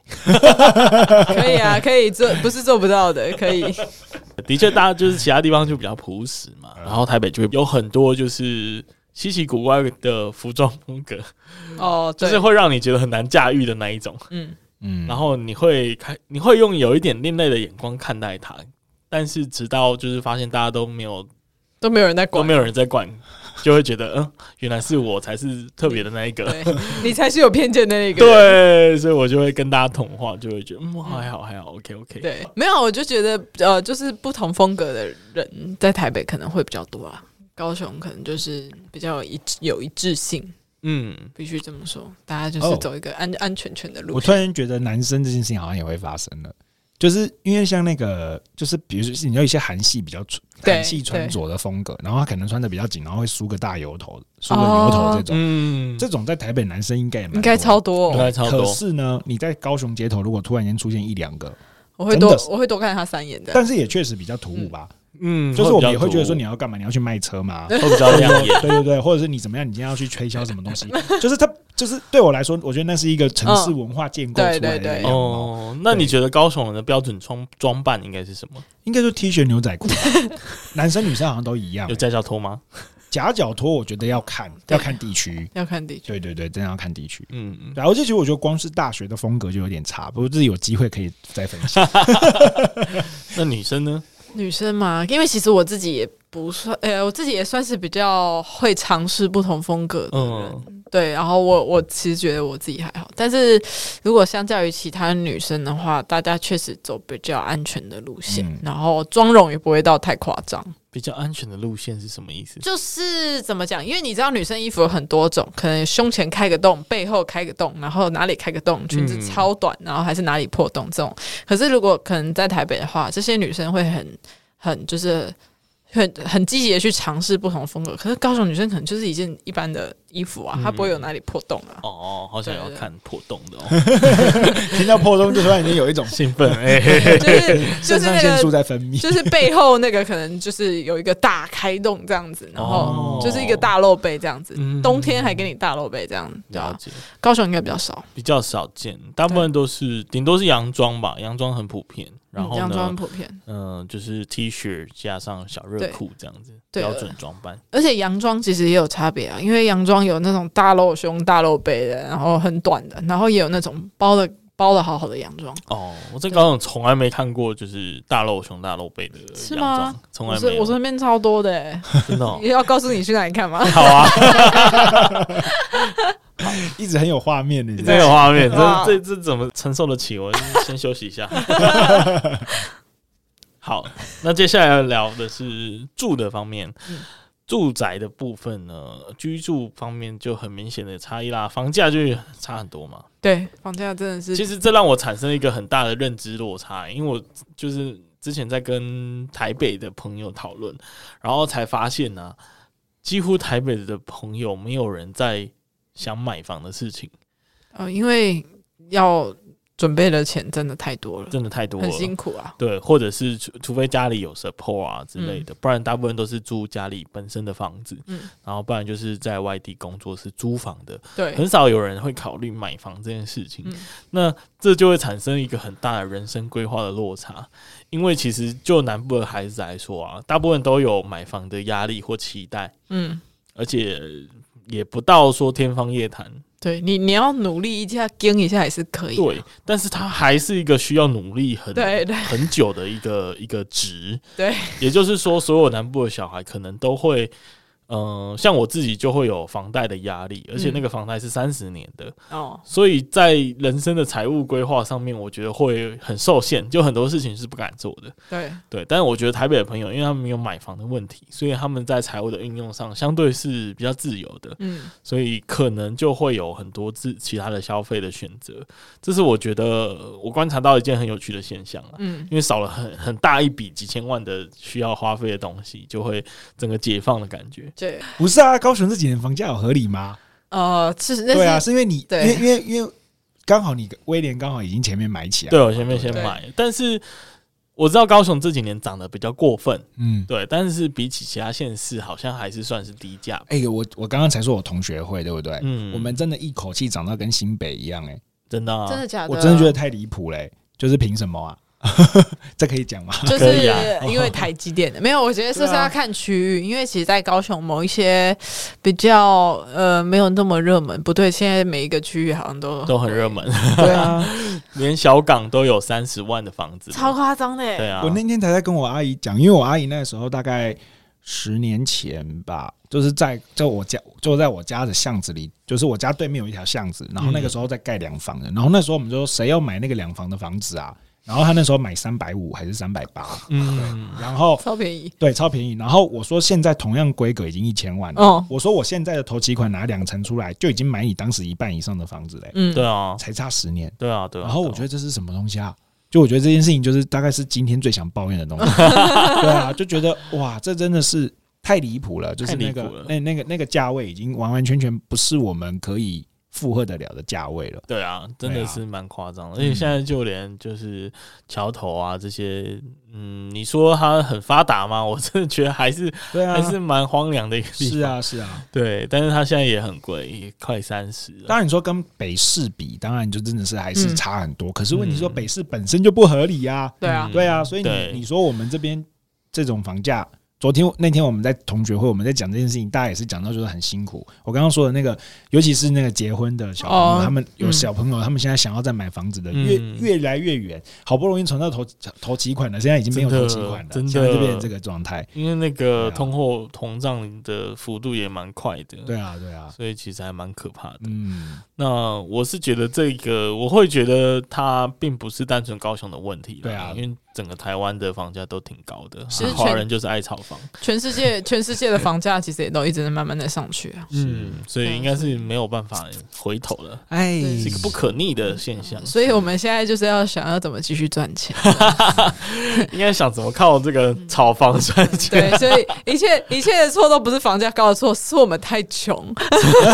Speaker 3: 可以啊，可
Speaker 1: [laughs]
Speaker 3: 以做，不是做不到的，可以，
Speaker 1: 的确，大家就是其他地方就比较朴实嘛，然后台北就会有很多就是稀奇古怪的服装风格。
Speaker 3: 哦，
Speaker 1: 就
Speaker 3: 对
Speaker 1: 是，会让你觉得很难驾驭的那一种，
Speaker 3: 嗯，
Speaker 4: 嗯，
Speaker 1: 然后你会看，你会用有一点另类的眼光看待它，但是直到就是发现大家都没有
Speaker 3: 都没有人在
Speaker 1: 都
Speaker 3: 管
Speaker 1: 没。有人在管，就会觉得嗯，原来是我才是特别的那一个，
Speaker 3: 对你才是有偏见的那个人。
Speaker 1: 对，所以我就会跟大家同化，就会觉得嗯，还好还好，OK OK，，
Speaker 3: 对，没有，我就觉得呃，就是不同风格的人在台北可能会比较多啊，高雄可能就是比较有一致有一致性，
Speaker 1: 嗯，
Speaker 3: 必须这么说，大家就是
Speaker 4: 哦
Speaker 3: 走一个安、安全全的路
Speaker 4: 我突
Speaker 3: 线。
Speaker 4: 然觉得男生这件事情好像也会发生了，就是因为像那个，就是比如说你有一些韩系比较纯
Speaker 3: 对
Speaker 4: 韩系穿着的风格，然后他可能穿的比较紧，然后会梳个大油头、梳个
Speaker 3: 哦
Speaker 4: 牛头这种，
Speaker 1: 嗯，
Speaker 4: 这种在台北男生应该也蛮
Speaker 3: 应该
Speaker 4: 多的
Speaker 3: 超多、
Speaker 1: 应
Speaker 3: 哦，
Speaker 1: 该差不
Speaker 4: 可
Speaker 1: 多，
Speaker 4: 是呢，你在高雄街头如果突然间出现一两个，
Speaker 3: 我会
Speaker 4: 真
Speaker 3: 多
Speaker 4: 的是
Speaker 3: 我会多看他三眼的。
Speaker 4: 但是也确实比较突兀吧。
Speaker 1: 嗯，
Speaker 4: 就是我们也会
Speaker 1: 比较
Speaker 4: 觉得说
Speaker 1: 多
Speaker 4: 你要干嘛？你要去卖车吗？
Speaker 1: [laughs] 会比 [laughs] 较亮眼，
Speaker 4: 对对对，或者是你怎么样？你今天要去推销什么东西？就是它，就是对我来说，我觉得那是一个城市文化建构出来
Speaker 3: 嗯对
Speaker 4: 的
Speaker 3: 对对
Speaker 4: 样貌。
Speaker 1: 哦，那你觉得高雄人的标准装装扮应该是什么？
Speaker 4: 应该就 T 恤、牛
Speaker 3: [laughs]
Speaker 4: 仔裤吧，男生女生好像都一样欸
Speaker 1: 有。夹脚拖吗？
Speaker 4: 夹脚拖，我觉得要看，要看地区。
Speaker 3: 要看地区，
Speaker 4: 对对对，真的要看地区。
Speaker 1: 嗯嗯。
Speaker 4: 然后这其实我觉得光是大学的风格就有点差，不过这有机会可以再分
Speaker 3: [laughs]
Speaker 4: 享。
Speaker 1: 那女生呢？
Speaker 3: 女生嘛，因为其实我自己也不算，呃，我自己也算是比较会尝试不同风格的人。
Speaker 1: 嗯，
Speaker 3: 对，然后我我其实觉得我自己还好，但是如果相较于其他女生的话，大家确实走比较安全的路线，
Speaker 4: 嗯
Speaker 3: 然后妆容也不会到太夸张。
Speaker 1: 比较安全的路线是什么意思？
Speaker 3: 就是怎么讲？因为你知道女生衣服有很多种，可能胸前开个洞，背后开个洞，然后哪里开个洞，裙子
Speaker 1: 嗯
Speaker 3: 超短，然后还是哪里破洞这种。可是如果可能在台北的话，这些女生会很很就是很很积极的去尝试不同的风格。可是高雄女生可能就是一件一般的衣服
Speaker 1: 嗯
Speaker 3: 啊，她不会有哪里破洞啊。
Speaker 1: 哦，好想要
Speaker 3: 对对
Speaker 1: 看破洞的哦，
Speaker 4: 听到破洞就突然间有一种
Speaker 1: [laughs] 兴 [laughs] 奋哎，嘿嘿
Speaker 3: 就是就
Speaker 4: 肾
Speaker 3: 是
Speaker 4: 上
Speaker 3: 那
Speaker 4: 腺素
Speaker 3: 个
Speaker 4: 在分泌，
Speaker 3: 就是背后那个可能就是有一个大开洞这样子，然后
Speaker 1: 哦
Speaker 3: 就是一个大露背这样子，
Speaker 1: 嗯
Speaker 3: 冬天还给你大露背这样，对吧、啊
Speaker 1: 了解，
Speaker 3: 高雄应该比较少，
Speaker 1: 比较少见，大部分都是顶多是洋装吧，洋装很普遍，然后
Speaker 3: 嗯洋装很
Speaker 1: 呢，
Speaker 3: 普遍，
Speaker 1: 嗯、就是 T 恤加上小热裤这样子，
Speaker 3: 对呃
Speaker 1: 标准装扮。
Speaker 3: 而且洋装其实也有差别啊，因为洋装有那种大露胸、大露背的，然后很短的，然后也有那种包的包的好好的洋装。
Speaker 1: 哦，我在高中从来没看过就是大露胸、大露背的
Speaker 3: 是
Speaker 1: 洋
Speaker 3: 吗
Speaker 1: 装，从
Speaker 3: 我
Speaker 1: 来没
Speaker 3: 是我
Speaker 1: 有，
Speaker 3: 身边超多的、欸，
Speaker 1: [laughs] 真的啊 [laughs] 哦、
Speaker 3: 也要告诉 [laughs] 你去哪里看吗？
Speaker 1: 好
Speaker 3: [laughs]
Speaker 1: 啊，
Speaker 4: 一直很有画面的。你知道
Speaker 1: 这
Speaker 4: 吗
Speaker 1: 个画面，
Speaker 3: 哇
Speaker 1: 这这这怎么承受得起？我先休息一
Speaker 3: [laughs]
Speaker 1: 下。好，那接下来要聊的是住的方面，
Speaker 3: 嗯
Speaker 1: 住宅的部分呢，居住方面就很明显的差异啦，房价就差很多嘛。
Speaker 3: 对，房价真的
Speaker 1: 其
Speaker 3: 是
Speaker 1: 实这让我产生一个很大的认知落差、欸因为我就是之前在跟台北的朋友讨论，然后才发现呢、几乎台北的朋友没有人在想买房的事情，
Speaker 3: 呃，因为要准备的钱真的太多了，
Speaker 1: 真的太多了，
Speaker 3: 很辛苦啊。
Speaker 1: 对，或者是除除非家里有 support 啊之类的，不然大部分都是住家里本身的房子，
Speaker 3: 嗯
Speaker 1: 然后不然就是在外地工作是租房的，
Speaker 3: 对，
Speaker 1: 很少有人会考虑买房这件事情。
Speaker 3: 嗯
Speaker 1: 那这就会产生一个很大的人生规划的落差，因为其实就南部的孩子来说啊，大部分都有买房的压力或期待，
Speaker 3: 嗯，
Speaker 1: 而且也不到说天方夜谭，
Speaker 3: 对你，你要努力一下，跟一下也是可以的。
Speaker 1: 对，但是它还是一个需要努力很
Speaker 3: 啊对对
Speaker 1: 很久的一个一个值。
Speaker 3: [laughs] 对，
Speaker 1: 也就是说，所有南部的小孩可能都会，嗯、像我自己就会有房贷的压力，而
Speaker 3: 嗯
Speaker 1: 且那个房贷是三十年的，
Speaker 3: 哦，
Speaker 1: 所以在人生的财务规划上面，我觉得会很受限，就很多事情是不敢做的。
Speaker 3: 对，
Speaker 1: 对，但是我觉得台北的朋友，因为他们没有买房的问题，所以他们在财务的运用上相对是比较自由的。
Speaker 3: 嗯，
Speaker 1: 所以可能就会有很多自其他的消费的选择。这是我觉得呃我观察到一件很有趣的现象啊，
Speaker 3: 嗯
Speaker 1: 因为少了很很大一笔几千万的需要花费的东西，就会整个解放的感觉。
Speaker 3: 对，
Speaker 4: 不是啊，高雄这几年房价有合理吗？
Speaker 3: 呃，其实那
Speaker 4: 对啊，
Speaker 3: 是
Speaker 4: 是因为你，因
Speaker 3: 对
Speaker 4: 为因为因为刚好你威廉刚好已经前面买起来，
Speaker 1: 对，我前面先买，但是我知道高雄这几年涨得比较过分，
Speaker 4: 嗯。
Speaker 1: 对，但是比起其他县市，好像还是算是低价。
Speaker 4: 哎、我我刚刚才说我同学会，对不对？
Speaker 1: 嗯
Speaker 4: 我们真的一口气涨到跟新北一样、哎，
Speaker 1: 真的、啊，
Speaker 3: 真的假的？
Speaker 4: 我真的觉得太离谱嘞！就是凭什么啊？ [laughs] 这可以讲吗？
Speaker 3: [laughs] 就
Speaker 1: 可以
Speaker 3: 是
Speaker 1: 啊
Speaker 3: 因为台积电的、没有，我觉得是不是
Speaker 4: 对啊
Speaker 3: 要看区域？因为其实，在高雄某一些比较呃没有那么热门，不对，现在每一个区域好像都
Speaker 1: 都很热门， [laughs]
Speaker 4: 对啊，
Speaker 1: 连小港都有三十万的房子，
Speaker 3: 超夸张的、欸，
Speaker 1: 对啊，
Speaker 4: [laughs] 我那天才在跟我阿姨讲，因为我阿姨那时候大概十年前吧，就是在就我家就在我家的巷子里，就是我家对面有一条巷子，然后那个时候在盖两房的，然后那时候我们就说谁要买那个两房的房子啊？然后他那时候买三百五还是三百八，
Speaker 1: 嗯，
Speaker 4: 然后
Speaker 3: 超便宜。
Speaker 4: 对超便宜。然后我说现在同样规格已经一千万了，
Speaker 3: 哦，
Speaker 4: 我说我现在的头期款拿两成出来就已经买你当时一半以上的房子嘞，
Speaker 3: 嗯，
Speaker 1: 对啊，
Speaker 4: 才差十年。
Speaker 1: 对啊，对啊。
Speaker 4: 然后我觉
Speaker 1: 得
Speaker 4: 得这是什么东西啊？就我觉得这件事情就是大概是今天最想抱怨的东西，对啊，就觉得哇，这真的是太离谱了，就是那
Speaker 1: 太离谱
Speaker 4: 个
Speaker 1: 了
Speaker 4: 那那个那个价位已经完完全全不是我们可以负荷得了的价位了。
Speaker 1: 对啊，真
Speaker 4: 对
Speaker 1: 的
Speaker 4: 啊
Speaker 1: 是蛮夸张的，而且现在就连就是桥头啊这些，嗯，你说它很发达吗？ [laughs] 我真的觉得还是
Speaker 4: 对啊
Speaker 1: 还，是蛮荒凉的一个地方。
Speaker 4: 是，啊是啊。
Speaker 1: 对，但是它现在也很贵，也快三十了。
Speaker 4: 当然你说跟北市比，当然就真的是还是
Speaker 3: 嗯
Speaker 4: 差很多。可是问题说
Speaker 1: 嗯
Speaker 4: 北市本身就不合理呀、啊，
Speaker 3: 对啊
Speaker 1: 嗯
Speaker 4: 对啊，所以
Speaker 1: 对
Speaker 4: 你你说我们这边这种房价，昨天那天我们在同学会，我们在讲这件事情，大家也是讲到就是很辛苦。我刚刚说的那个，尤其是那个结婚的小朋友，
Speaker 3: 哦
Speaker 4: 他们有
Speaker 3: 嗯
Speaker 4: 小朋友，他们现在想要再买房子的，
Speaker 1: 嗯
Speaker 4: 越越来越远，好不容易存到头头期款了，现在已经没有
Speaker 1: 真
Speaker 4: 头
Speaker 1: 的
Speaker 4: 期款了，
Speaker 1: 真的
Speaker 4: 现在就变成这个状态。
Speaker 1: 因为那个
Speaker 4: 对啊
Speaker 1: 通货膨胀的幅度也蛮快的，
Speaker 4: 对啊，对啊，
Speaker 1: 所以其实还蛮可怕的。
Speaker 4: 嗯，
Speaker 1: 那我是觉得这个，我会觉得它并不是单纯高雄的问题啦
Speaker 4: 对啊
Speaker 1: 因为整个台湾的房价都挺高的，
Speaker 3: 是
Speaker 1: 啊华
Speaker 3: 全
Speaker 1: 人就是爱炒房，
Speaker 3: 全世界全世界的房价其实也都一直在慢慢的上去啊，
Speaker 1: 嗯，所以应该是没有办法回头了，
Speaker 4: 哎，
Speaker 3: 对
Speaker 1: 是一个不可逆的现象。
Speaker 3: 所以我们现在就是要想要怎么继续
Speaker 1: [laughs]
Speaker 3: 赚钱，
Speaker 1: 应该想怎么靠这个炒房赚钱？
Speaker 3: 对，所以一切一切的错都不是房价高的错，是我们太穷，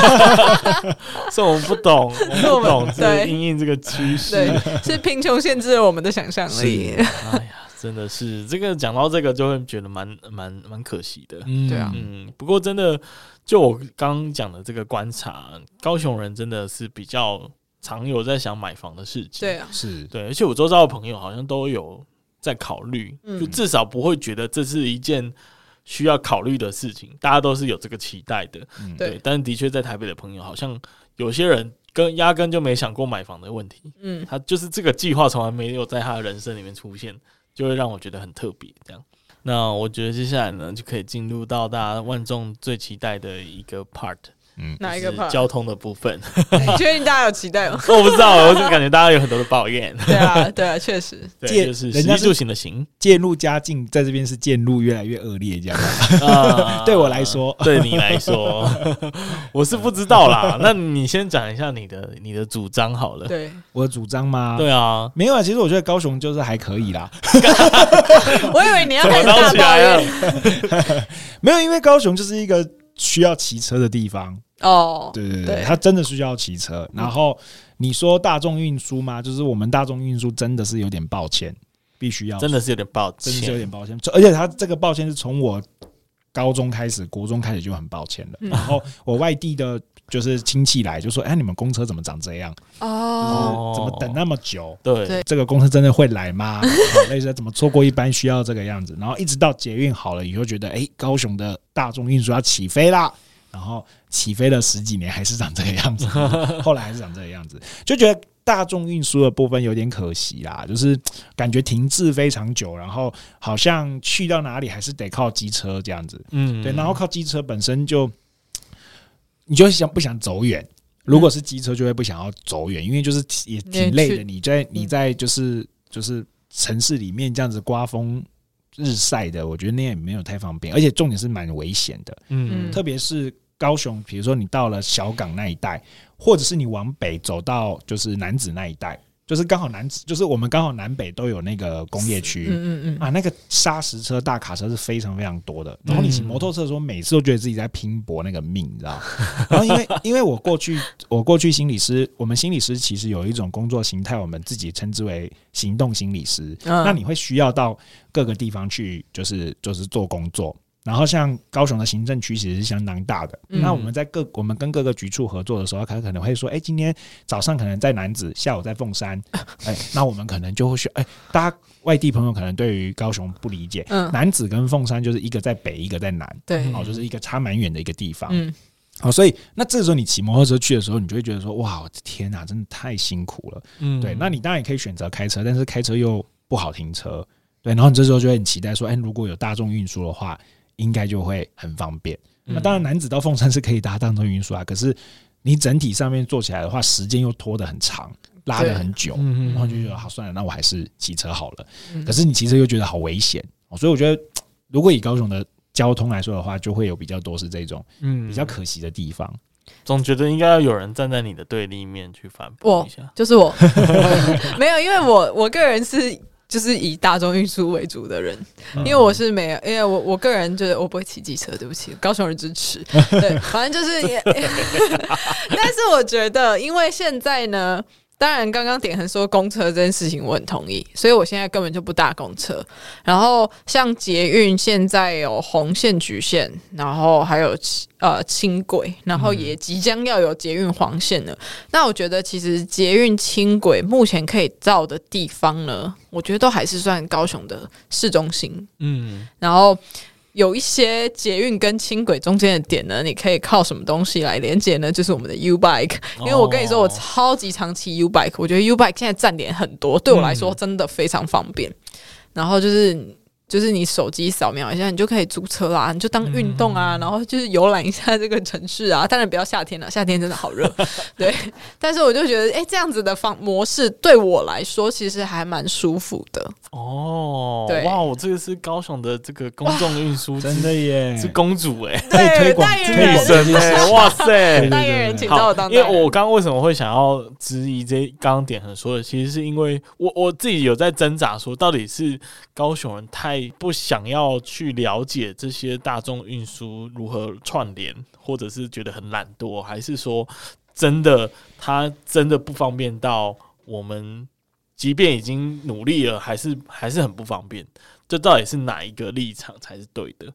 Speaker 3: 啊
Speaker 1: 这我们不懂，我们不懂这
Speaker 3: 对
Speaker 1: 因应这个趋势。
Speaker 3: 对，是贫穷限制了我们的想象力，
Speaker 1: 哎呀，真的是这个讲到这个就会觉得蛮蛮蛮可惜的。
Speaker 4: 嗯
Speaker 3: 对啊
Speaker 1: 嗯，不过真的，就我刚刚讲的这个观察，高雄人真的是比较常有在想买房的事情。
Speaker 3: 对啊，
Speaker 4: 是
Speaker 1: 对，而且我周遭的朋友好像都有在考虑，
Speaker 3: 嗯
Speaker 1: 就至少不会觉得这是一件需要考虑的事情，大家都是有这个期待的。
Speaker 4: 嗯
Speaker 3: 对
Speaker 1: 但的确在台北的朋友，好像有些人跟压根就没想过买房的问题，
Speaker 3: 嗯，
Speaker 1: 他就是这个计划从来没有在他的人生里面出现，就会让我觉得很特别。这样，那我觉得接下来呢，就可以进入到大家万众最期待的一个 part，
Speaker 4: 嗯
Speaker 3: 哪一
Speaker 1: 就
Speaker 3: 个
Speaker 1: 是
Speaker 3: 怕？
Speaker 1: 交通的部分。 [laughs]
Speaker 3: 你确定大家有期待吗？
Speaker 1: 我不知道，我就感觉大家有很多的抱怨，
Speaker 3: 对啊，对啊，确实，
Speaker 1: 对，
Speaker 4: 借
Speaker 1: 就是食
Speaker 4: 人家
Speaker 1: 衣
Speaker 4: 是
Speaker 1: 住行的行。
Speaker 4: 渐入佳境，在这边是渐入越来越恶劣这样。
Speaker 1: 啊
Speaker 4: 对我来说，
Speaker 1: [laughs]
Speaker 4: [laughs]
Speaker 1: 对你来说， [laughs] 我是不知道 [laughs] 啦。那你先讲一下你的你的主张好 [laughs] 了。
Speaker 3: 对， [laughs]
Speaker 4: 我的主张吗？
Speaker 1: 对啊，
Speaker 4: 没有啊，其实我觉得高雄就是还可以啦，
Speaker 3: 我以为你要
Speaker 1: 怎
Speaker 3: 开
Speaker 1: 么
Speaker 3: 始
Speaker 1: 闹
Speaker 3: 大
Speaker 1: 起
Speaker 3: 抱
Speaker 1: 来啊了
Speaker 3: 怨？
Speaker 4: 没有，因为高雄就是一个需要骑车的地方，
Speaker 3: 哦，
Speaker 4: 对对
Speaker 3: 对
Speaker 4: 对，它真的需要骑车。然后你说大众运输吗？就是我们大众运输真的是有点抱歉，必须要
Speaker 1: 真的是有点抱
Speaker 4: 真的是有
Speaker 1: 歉。
Speaker 4: 点抱歉，而且他这个抱歉是从我高中开始、国中开始就很抱歉了。
Speaker 3: 嗯
Speaker 4: 然后我外地的就是亲戚来就说：“哎，你们公车怎么长这样？
Speaker 3: 哦，
Speaker 1: 哦
Speaker 4: 怎么等那啊么久？
Speaker 1: 对
Speaker 3: 对
Speaker 4: 这个公车真的会来吗？哦类似怎么错过一班需要这个样子？”然后一直到捷运好了以后，觉得哎，高雄的大众运输要起飞啦。然后起飞了十几年还是长这个样子，后来还是长这个样子，就觉得大众运输的部分有点可惜啦，就是感觉停滞非常久，然后好像去到哪里还是得靠机车这样子。
Speaker 1: 嗯
Speaker 4: 对，然后靠机车本身就，你就想不想走远？如果是机车，就会不想要走远，因为就是挺也挺累
Speaker 3: 去嗯
Speaker 4: 的。你在你在就是就是城市里面这样子刮风日晒的，我觉得那也没有太方便，而且重点是蛮危险的。
Speaker 1: 嗯
Speaker 3: 嗯
Speaker 4: 特别是高雄，比如说你到了小港那一带，或者是你往北走到就是南子那一带，就是刚好南子，就是我们刚好南北都有那个工业区。
Speaker 3: 嗯嗯嗯，
Speaker 4: 啊，那个砂石车、大卡车是非常非常多的。然后你骑
Speaker 3: 嗯
Speaker 4: 摩托车的时候，每次都觉得自己在拼搏那个命，你知道？ [laughs] 然后因为因为我过去我过去心理师，我们心理师其实有一种工作形态，我们自己称之为行动心理师。
Speaker 3: 嗯
Speaker 4: 那你会需要到各个地方去，就是就是做工作。然后像高雄的行政区其实是相当大的，
Speaker 3: 嗯
Speaker 4: 那我们在各我们跟各个局处合作的时候，他可能会说，哎，今天早上可能在南子，下午在凤山，哎，那我们可能就会去，哎，大家外地朋友可能对于高雄不理解，
Speaker 3: 嗯
Speaker 4: 南子跟凤山就是一个在北，一个在南，
Speaker 3: 对，
Speaker 4: 哦，就是一个差蛮远的一个地方，
Speaker 3: 嗯
Speaker 4: 好，所以那这时候你骑摩托车去的时候，你就会觉得说，哇，我的天哪，真的太辛苦了。
Speaker 1: 嗯
Speaker 4: 对，那你当然也可以选择开车，但是开车又不好停车，对，然后你这时候就会很期待说，哎、如果有大众运输的话，应该就会很方便。那当然，南子到凤山是可以搭大众运输啊，可是你整体上面做起来的话，时间又拖得很长，拉得很久，
Speaker 1: 嗯
Speaker 4: 然后就觉得好算了，那我还是骑车好了。
Speaker 3: 嗯
Speaker 4: 可是你骑车又觉得好危险，哦所以我觉得如果以高雄的交通来说的话，就会有比较多是这种
Speaker 1: 嗯
Speaker 4: 比较可惜的地方。
Speaker 1: 总觉得应该要有人站在你的对立面去反驳
Speaker 3: 我
Speaker 1: 一下。
Speaker 3: 就是我， [laughs] 没有，因为我我个人是。就是以大众运输为主的人，
Speaker 1: 嗯
Speaker 3: 因为我是没有，因为我我个人就是我不会骑机车，对不起，高雄人支
Speaker 1: [laughs]
Speaker 3: 持。对，反正就是 [laughs] 也，但是我觉得，因为现在呢，当然刚刚点恒说公车这件事情我很同意，所以我现在根本就不搭公车。然后像捷运现在有红线、橘线，然后还有呃轻轨，然
Speaker 1: 嗯
Speaker 3: 后也即将要有捷运黄线了。那我觉得其实捷运轻轨目前可以到的地方呢，我觉得都还是算高雄的市中心。
Speaker 1: 嗯
Speaker 3: 然后有一些捷运跟轻轨中间的点呢，你可以靠什么东西来连接呢？就是我们的 U Bike，因为我跟你说，我超级常骑 U
Speaker 1: 嗯
Speaker 3: Bike，我觉得 U Bike 现在站点很多，对我来说真的非常方便。然后就是就是你手机扫描一下，你就可以租车啦，你就当运
Speaker 1: 嗯
Speaker 3: 动啊，然后就是游览一下这个城市啊。当然不要夏天了，夏天真的
Speaker 1: [laughs]
Speaker 3: 好热。对，但是我就觉得，哎、这样子的方模式对我来说其实还蛮舒服的。
Speaker 1: 哦
Speaker 3: 对，
Speaker 1: 哇，我这个是高雄的这个公众运输之，
Speaker 4: 真的耶，
Speaker 1: 是公主哎、
Speaker 4: 可以推广
Speaker 3: 代言
Speaker 4: 推
Speaker 3: 人
Speaker 4: 广
Speaker 1: 女神哎、哇塞
Speaker 4: 对！
Speaker 3: 代言人，请找
Speaker 1: 好
Speaker 3: 我，当代
Speaker 1: 因为
Speaker 3: 言人。
Speaker 1: 我刚刚为什么会想要质疑这刚刚点恒说的，其实是因为我我自己有在挣扎，说到底是高雄人太不想要去了解这些大众运输如何串联，或者是觉得很懒惰，还是说真的他真的不方便到我们，即便已经努力了，还是还是很不方便。这到底是哪一个立场才是对的？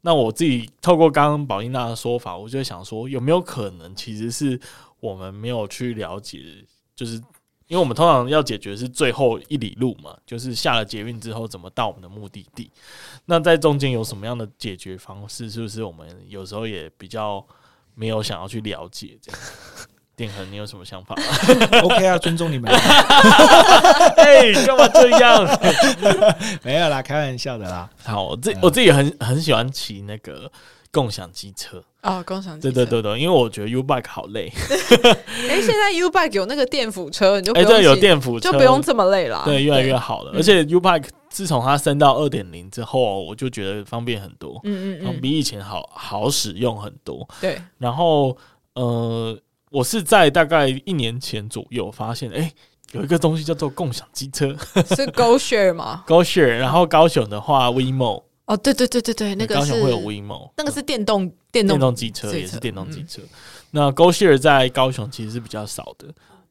Speaker 1: 那我自己透过刚刚宝英娜的说法，我就想说，有没有可能其实是我们没有去了解，就是因为我们通常要解决是最后一里路嘛，就是下了捷运之后怎么到我们的目的地。那在中间有什么样的解决方式？是不是我们有时候也比较没有想要去了解这样？定恒，你有什么想法吗？
Speaker 4: [laughs] OK 啊，尊重你们，
Speaker 1: [laughs] 哎、干嘛这样？
Speaker 4: 没有啦，开玩笑的啦。
Speaker 1: [laughs] 好，我自我自己很很喜欢骑那个共享机车，
Speaker 3: 哦，共享
Speaker 1: 对
Speaker 3: 机车
Speaker 1: 对，对对，因为我觉得 U bike 好累，
Speaker 3: 哎、现在 U Bike 有那个电辅车，你就不
Speaker 1: 哎、
Speaker 3: 用
Speaker 1: 对，有
Speaker 3: 骑
Speaker 1: 电辅车
Speaker 3: 就不用这么累啦。
Speaker 1: 对，越来越好了。
Speaker 3: 嗯
Speaker 1: 而且 U Bike 自从它升到二点零之后，我就觉得方便很多，
Speaker 3: 嗯嗯
Speaker 1: 然后
Speaker 3: 嗯，
Speaker 1: 比以前好好使用很多。
Speaker 3: 对，
Speaker 1: 然后呃，我是在大概一年前左右发现，哎、有一个东西叫做共享机车 [laughs]
Speaker 3: 是 Go Share 嘛？
Speaker 1: 高 o s h a r e 然后高雄的话 WeMo，
Speaker 3: [laughs] 哦，对对对对对，那个
Speaker 1: 高
Speaker 3: 是
Speaker 1: 雄会有 WeMo，
Speaker 3: 那个是电动电动
Speaker 1: 电动机车
Speaker 3: 机
Speaker 1: 也是
Speaker 3: 车
Speaker 1: 电动机
Speaker 3: 嗯
Speaker 1: 车。那 GoShare 在高雄其实是比较少的，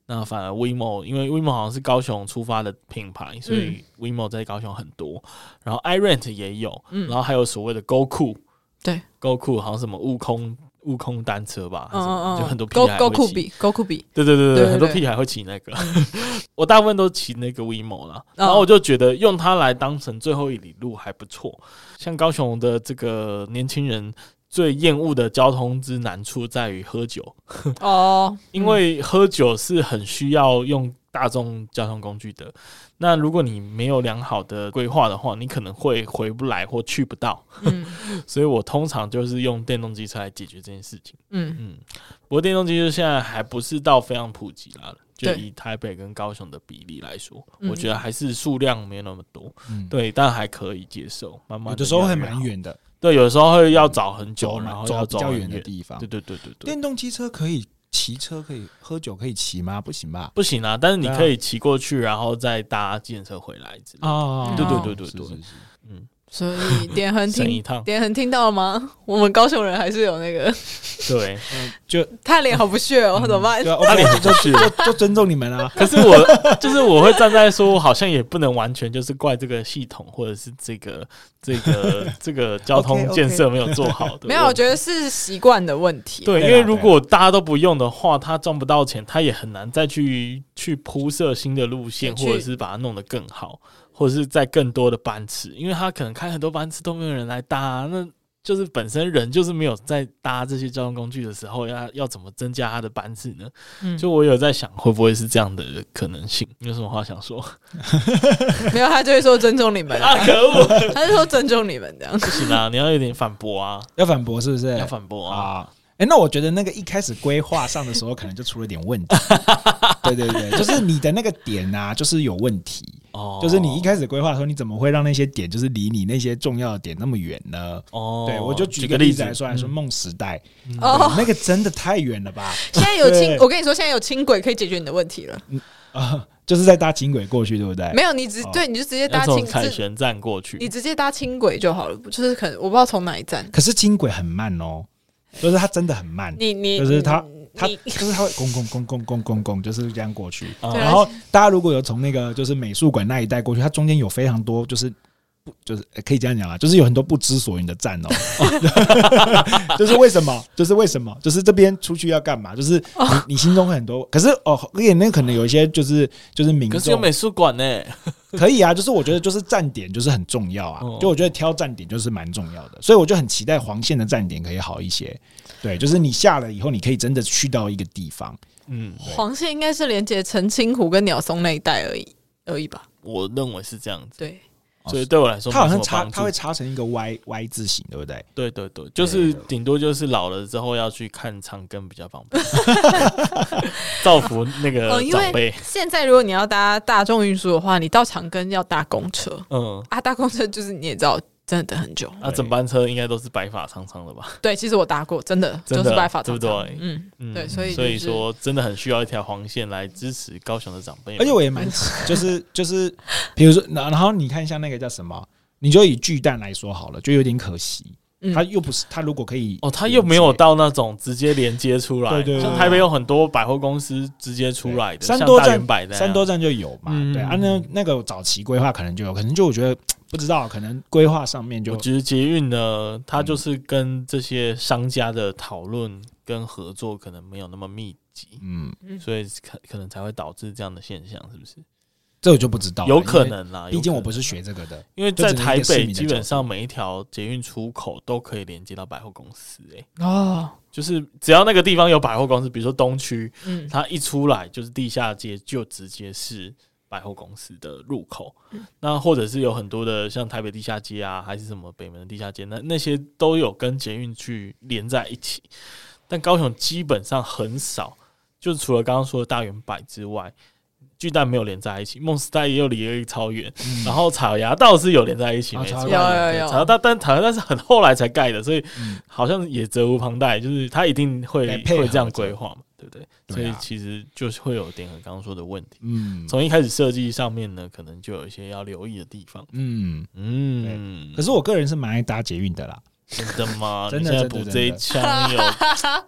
Speaker 1: 那反而 WeMo，因为 WeMo 好像是高雄出发的品牌，所以 WeMo 在高雄很多。然后 iRent 也有，
Speaker 3: 嗯
Speaker 1: 然后还有所谓的 Go 酷，
Speaker 3: 对
Speaker 1: ，Go 酷好像什么悟空悟空单车吧，还是什么
Speaker 3: 嗯嗯嗯，
Speaker 1: 就很多屁
Speaker 3: 勾
Speaker 1: 孩
Speaker 3: 勾
Speaker 1: 会
Speaker 3: 酷
Speaker 1: 骑，
Speaker 3: 比勾
Speaker 1: [laughs]
Speaker 3: 酷比，
Speaker 1: 对对对
Speaker 3: 对
Speaker 1: 对，
Speaker 3: 对
Speaker 1: 很多
Speaker 3: 对
Speaker 1: 屁孩会骑那个。 [laughs] 我大部分都骑那个 WeMo 啦，
Speaker 3: 嗯
Speaker 1: 然后我就觉得用它来当成最后一里路还不错。像高雄的这个年轻人最厌恶的交通之难处在于喝酒，
Speaker 3: 哦，
Speaker 1: 因为喝酒是很需要用大众交通工具的。那如果你没有良好的规划的话，你可能会回不来或去不到。
Speaker 3: 嗯
Speaker 1: 所以我通常就是用电动机车来解决这件事情。
Speaker 3: 嗯
Speaker 1: 嗯，不过电动机车现在还不是到非常普及啦，就
Speaker 3: 对
Speaker 1: 以台北跟高雄的比例来说，
Speaker 3: 嗯
Speaker 1: 我觉得还是数量没有那么多，
Speaker 4: 嗯，
Speaker 1: 对，但还可以接受。慢慢
Speaker 4: 有
Speaker 1: 地
Speaker 4: 的时候
Speaker 1: 越来
Speaker 4: 会
Speaker 1: 越
Speaker 4: 蛮
Speaker 1: 好，
Speaker 4: 远的，
Speaker 1: 对，有的时候会要找很久，
Speaker 4: 走
Speaker 1: 然后
Speaker 4: 走
Speaker 1: 要
Speaker 4: 比
Speaker 1: 走
Speaker 4: 较
Speaker 1: 很
Speaker 4: 远的地方
Speaker 1: 对。对对对对，
Speaker 4: 电动机车可以骑车，可以喝酒，可以骑吗？不行吧？
Speaker 1: 不行啊，但是你
Speaker 4: 对啊
Speaker 1: 可以骑过去，然后再搭计程车回来之类的。
Speaker 4: 啊
Speaker 3: 对对
Speaker 1: 对对对
Speaker 4: 是是是
Speaker 1: 嗯，
Speaker 3: [laughs] 所以点恒
Speaker 1: 省一
Speaker 3: 听
Speaker 1: 趟，
Speaker 3: 点恒听到了吗？我们高雄人还是有那个，
Speaker 1: 对。
Speaker 4: 就
Speaker 3: 他脸好不屑
Speaker 1: 嗯
Speaker 3: 哦，怎么办
Speaker 4: 对？啊，OK，就就就就尊重你们啊。
Speaker 1: 可是
Speaker 3: [laughs]
Speaker 1: 我就是我会站在说，好像也不能完全就是怪这个系统或者是这个这个这个交通
Speaker 4: OK，OK
Speaker 1: 建设没有做好的。
Speaker 3: 没有，我觉得是习惯的问题。
Speaker 1: 对，
Speaker 4: 对
Speaker 1: 因
Speaker 4: 啊
Speaker 1: 为如果大家都不用的话，他赚不到钱，他也很难再去去铺设新的路线，
Speaker 3: 去
Speaker 1: 或者是把它弄得更好，或者是在更多的班次，因为他可能开很多班次都没有人来搭、啊那。就是本身人就是没有在搭这些交通工具的时候，要要怎么增加他的班次呢？
Speaker 3: 嗯，
Speaker 1: 就我有在想，会不会是这样的可能性？你有什么话想说？ [laughs]
Speaker 3: 啊没有，他就会说尊重你们啊，
Speaker 1: 啊，可恶！
Speaker 3: 他就说尊重你们这样。
Speaker 1: 不行啊，你要有点反驳啊，
Speaker 4: 要反驳是不是？
Speaker 1: 要反驳啊。
Speaker 4: 啊。哎、那我觉得那个一开始规划上的时候，可能就出了点问 [laughs] 题。对对对，就是你的那个点啊，就是有问题。
Speaker 1: 哦
Speaker 4: 就是你一开始规划的时候，你怎么会让那些点就是离你那些重要的点那么远呢？
Speaker 1: 哦，
Speaker 4: 对，我就举
Speaker 1: 举
Speaker 4: 个
Speaker 1: 例
Speaker 4: 例子来嗯说，来说梦时代，
Speaker 3: 哦，
Speaker 4: 对那个真的太远了吧？ [laughs]
Speaker 3: 现在有轻
Speaker 4: 对，
Speaker 3: 我跟你说，现在有轻轨可以解决你的问题了。
Speaker 4: 啊，就是在搭轻轨过去，对不对？
Speaker 3: 没有，你直
Speaker 4: 哦
Speaker 3: 对，你就直接
Speaker 1: 要
Speaker 3: 搭
Speaker 1: 从
Speaker 3: 轻，
Speaker 1: 凯
Speaker 3: 自
Speaker 1: 旋站过去，
Speaker 3: 你直接搭轻轨就好了。就是可能我不知道从哪一站，
Speaker 1: 哦
Speaker 4: 可是轻轨很慢哦，就是它真的很慢，
Speaker 3: 你你
Speaker 4: 就是它
Speaker 3: 你
Speaker 4: 它就是它会拱拱拱拱拱拱拱，就是这样过去。
Speaker 1: 啊
Speaker 3: 对
Speaker 4: 然后大家如果有从那个就是美术馆那一带过去，它中间有非常多就是不就是呃可以这样讲啊，就是有很多不知所云的站哦， [laughs] 就是为什么？就是为什么？就是这边出去要干嘛？就是
Speaker 3: 哦
Speaker 4: 你你心中会很多，可是哦，而且那可能有一些就是就是民
Speaker 1: 可是有
Speaker 4: 众啊
Speaker 1: 美术馆呢。
Speaker 4: [laughs] 可以啊，就是我觉得就是站点就是很重要啊
Speaker 1: 哦，
Speaker 4: 就我觉得挑站点就是蛮重要的，所以我就很期待黄线的站点可以好一些。对，就是你下了以后，你可以真的去到一个地方。
Speaker 1: 嗯，
Speaker 3: 黄线应该是连接澄清湖跟鸟松那一带而已而已吧？
Speaker 1: 我认为是这样子。
Speaker 3: 对，
Speaker 4: 哦
Speaker 1: 所以对我来说
Speaker 4: 它好像
Speaker 1: 没什么
Speaker 4: 插，
Speaker 1: 帮助
Speaker 4: 它会插成一个 Y Y 字形，对不对？
Speaker 1: 对对对，就是顶多就是老了之后要去看长庚比较方
Speaker 4: [laughs]
Speaker 1: 便，造福那个
Speaker 3: 哦因为
Speaker 1: 呃长辈。
Speaker 3: 现在如果你要搭大众运输的话，你到长庚要搭公车
Speaker 1: 嗯，
Speaker 3: 啊，搭公车就是你也知道，真的等很久。
Speaker 1: 那、整班车应该都是白发苍苍的吧？
Speaker 3: 对，其实我搭过，真的
Speaker 1: 真的
Speaker 3: 就是白发
Speaker 1: 对
Speaker 3: 苍
Speaker 1: 不
Speaker 3: 苍
Speaker 1: 对
Speaker 3: 嗯，
Speaker 1: 嗯，
Speaker 3: 对所以就是
Speaker 1: 所以说真的很需要一条黄线来支持高雄的长辈们。
Speaker 4: 而且我也蛮，就是就是，比如说，然然后你看一下那个叫什么，你就以巨蛋来说好了，就有点可惜，
Speaker 3: 嗯
Speaker 4: 它又不是它如果可以
Speaker 1: 哦，他又没有到那种直接连接出来，
Speaker 4: 对对对
Speaker 1: 像台北有很多百货公司直接出来的，
Speaker 4: 三
Speaker 1: 像
Speaker 4: 多
Speaker 1: 大
Speaker 4: 站
Speaker 1: 圆百的啊
Speaker 4: 三多站就有嘛，
Speaker 1: 嗯
Speaker 4: 对啊，那那个早期规划可能就有，可能就我觉得不知道，可能规划上面
Speaker 1: 我
Speaker 4: 就
Speaker 1: 觉得捷运呢，它
Speaker 4: 嗯
Speaker 1: 就是跟这些商家的讨论跟合作可能没有那么密集，
Speaker 4: 嗯，
Speaker 1: 所以可可能才会导致这样的现象，是不是？
Speaker 4: 这我就不知道了，
Speaker 1: 有可
Speaker 4: 哦因为，
Speaker 1: 能啊啦，
Speaker 4: 毕竟我不
Speaker 1: 是
Speaker 4: 是学这个的，
Speaker 1: 因为在
Speaker 4: 就只是一个
Speaker 1: 台
Speaker 4: 市
Speaker 1: 北
Speaker 4: 民的
Speaker 1: 基
Speaker 4: 角
Speaker 1: 本
Speaker 4: 度
Speaker 1: 上每一条捷运出口都可以连接到百货公司、欸，
Speaker 3: 哦，
Speaker 1: 就是只要那个地方有百货公司，比如说东区，
Speaker 3: 嗯，
Speaker 1: 它一出来就是地下街，就直接是百货公司的入口。那或者是有很多的像台北地下街啊，还是什么北门的地下街，那那些都有跟捷运去连在一起。但高雄基本上很少，就是除了刚刚说的大圆百之外，巨蛋没有连在一起，梦时代也有离得超远，然后草芽道是有连在一起，
Speaker 4: 啊
Speaker 1: 没错，
Speaker 4: 草
Speaker 3: 芽道有有
Speaker 1: 对
Speaker 3: 有
Speaker 1: 草芽道，但草芽道是很后来才盖的，所以
Speaker 4: 嗯
Speaker 1: 好像也责无旁贷，就是他一定会
Speaker 4: 得配合
Speaker 1: 会这样
Speaker 4: 着
Speaker 1: 规划嘛，对不对？所
Speaker 4: 对啊
Speaker 1: 以其实就是会有点和刚刚说的问题，
Speaker 4: 嗯
Speaker 1: 从一开始设计上面呢，可能就有一些要留意的地方。
Speaker 4: 嗯，
Speaker 1: 嗯，
Speaker 4: 可是我个人是蛮爱搭捷运的啦，
Speaker 1: 真的吗？
Speaker 4: [laughs] 真
Speaker 1: 你
Speaker 4: 的
Speaker 1: 现在
Speaker 4: 真的
Speaker 1: 补
Speaker 4: 真
Speaker 1: 这一
Speaker 4: 的
Speaker 1: 枪有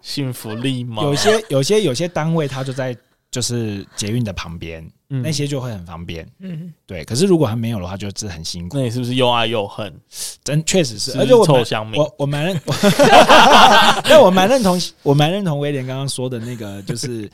Speaker 1: 幸福力吗？
Speaker 4: [laughs] 有些有些有些单位它就在就是捷运的旁边，
Speaker 1: 嗯
Speaker 4: 那些就会很方便。
Speaker 3: 嗯，
Speaker 4: 对，可是如果还没有的话，就是很辛苦
Speaker 1: 那，你是不是又爱又恨？
Speaker 4: 真确实
Speaker 1: 是
Speaker 4: 是。
Speaker 1: 不
Speaker 4: 而
Speaker 1: 是
Speaker 4: 且我
Speaker 1: 臭
Speaker 4: 蛮
Speaker 1: 香民，
Speaker 4: 我我蛮认， [laughs] 但我蛮认同，我蛮认同威廉刚刚说的那个，就是，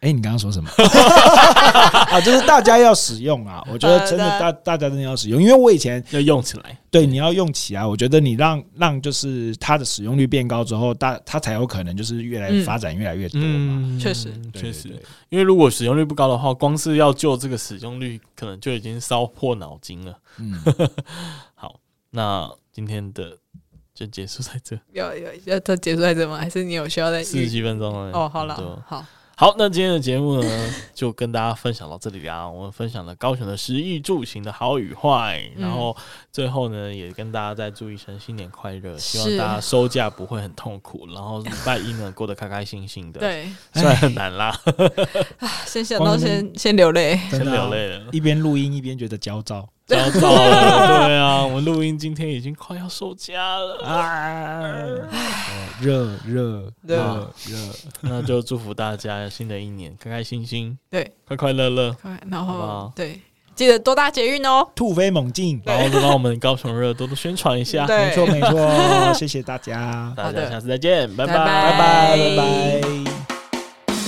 Speaker 4: 哎、你刚刚说什么？ [laughs] 啊，就是大家要使用啊，我觉得真的
Speaker 3: 好的
Speaker 4: 大大家真的要使用，因为我以前
Speaker 1: 要用起来。
Speaker 4: 对你要用起来，我觉得你让让就是它的使用率变高之后，大它才有可能就是越来
Speaker 3: 嗯
Speaker 4: 发展越来越多嘛。
Speaker 1: 嗯，
Speaker 3: 确实
Speaker 1: 确
Speaker 4: 对对
Speaker 1: 实
Speaker 4: 对，
Speaker 1: 因为如果使用率不高的话，光是要救这个使用率，可能就已经烧破脑筋了。
Speaker 4: 嗯，
Speaker 1: [laughs] 好，那今天的就结束在这，
Speaker 3: 有有要它结束在这吗？还是你有需要再
Speaker 1: 四十几分钟了。
Speaker 3: 哦，好
Speaker 1: 差不多
Speaker 3: 了，好，
Speaker 1: 好，那今天的节目呢，就跟大家分享到这里啦。我们分享了高雄的食衣住行的好与坏，
Speaker 3: 嗯
Speaker 1: 然后最后呢，也跟大家再祝一声新年快乐，希望
Speaker 3: 是
Speaker 1: 大家收假不会很痛苦，然后礼拜一呢过得开开心心的。，
Speaker 3: 对，
Speaker 1: 虽 [laughs] 然
Speaker 4: 哎
Speaker 1: 很难啦，
Speaker 3: 先想到先先流泪，
Speaker 1: 先
Speaker 4: 真的啊
Speaker 1: 流泪了。
Speaker 4: 一边录音一边觉得焦躁
Speaker 1: 糟糕了，对啊，我们录音今天已经快要收假了，
Speaker 4: 啊，热热
Speaker 3: 对啊
Speaker 4: 热热。
Speaker 1: 那就祝福大家新的一年开开心心、
Speaker 3: 对，
Speaker 1: 快快乐乐，
Speaker 3: 快然
Speaker 1: 好不好
Speaker 3: 后对，记得多搭捷运哦，
Speaker 4: 突飞猛进。
Speaker 1: 然后就帮我们高雄热多多宣传一下。
Speaker 3: 对
Speaker 4: 没错没错，谢谢
Speaker 3: [laughs]
Speaker 4: 大家，
Speaker 1: 大
Speaker 3: 好
Speaker 1: 家
Speaker 3: 的
Speaker 1: 下次再见，拜
Speaker 3: 拜
Speaker 4: 拜拜拜拜。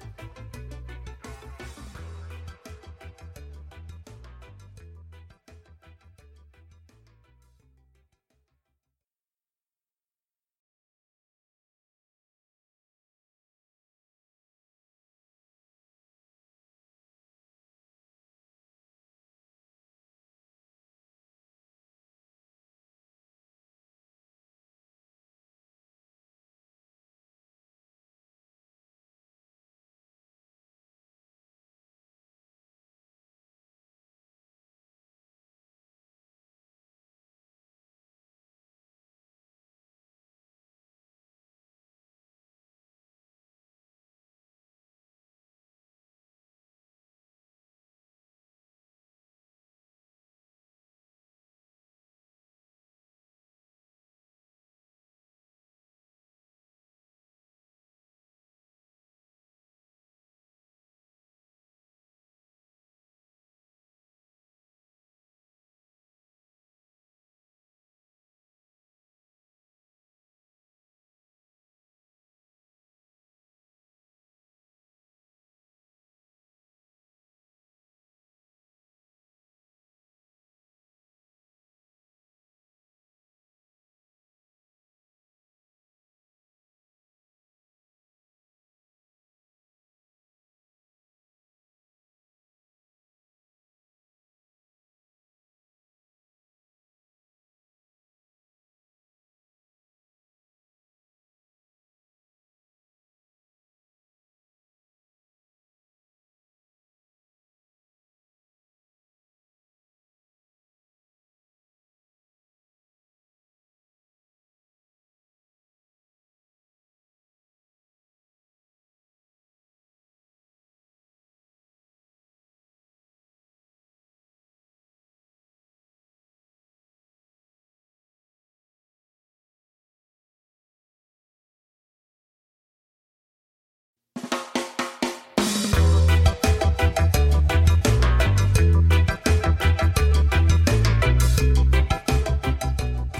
Speaker 1: 非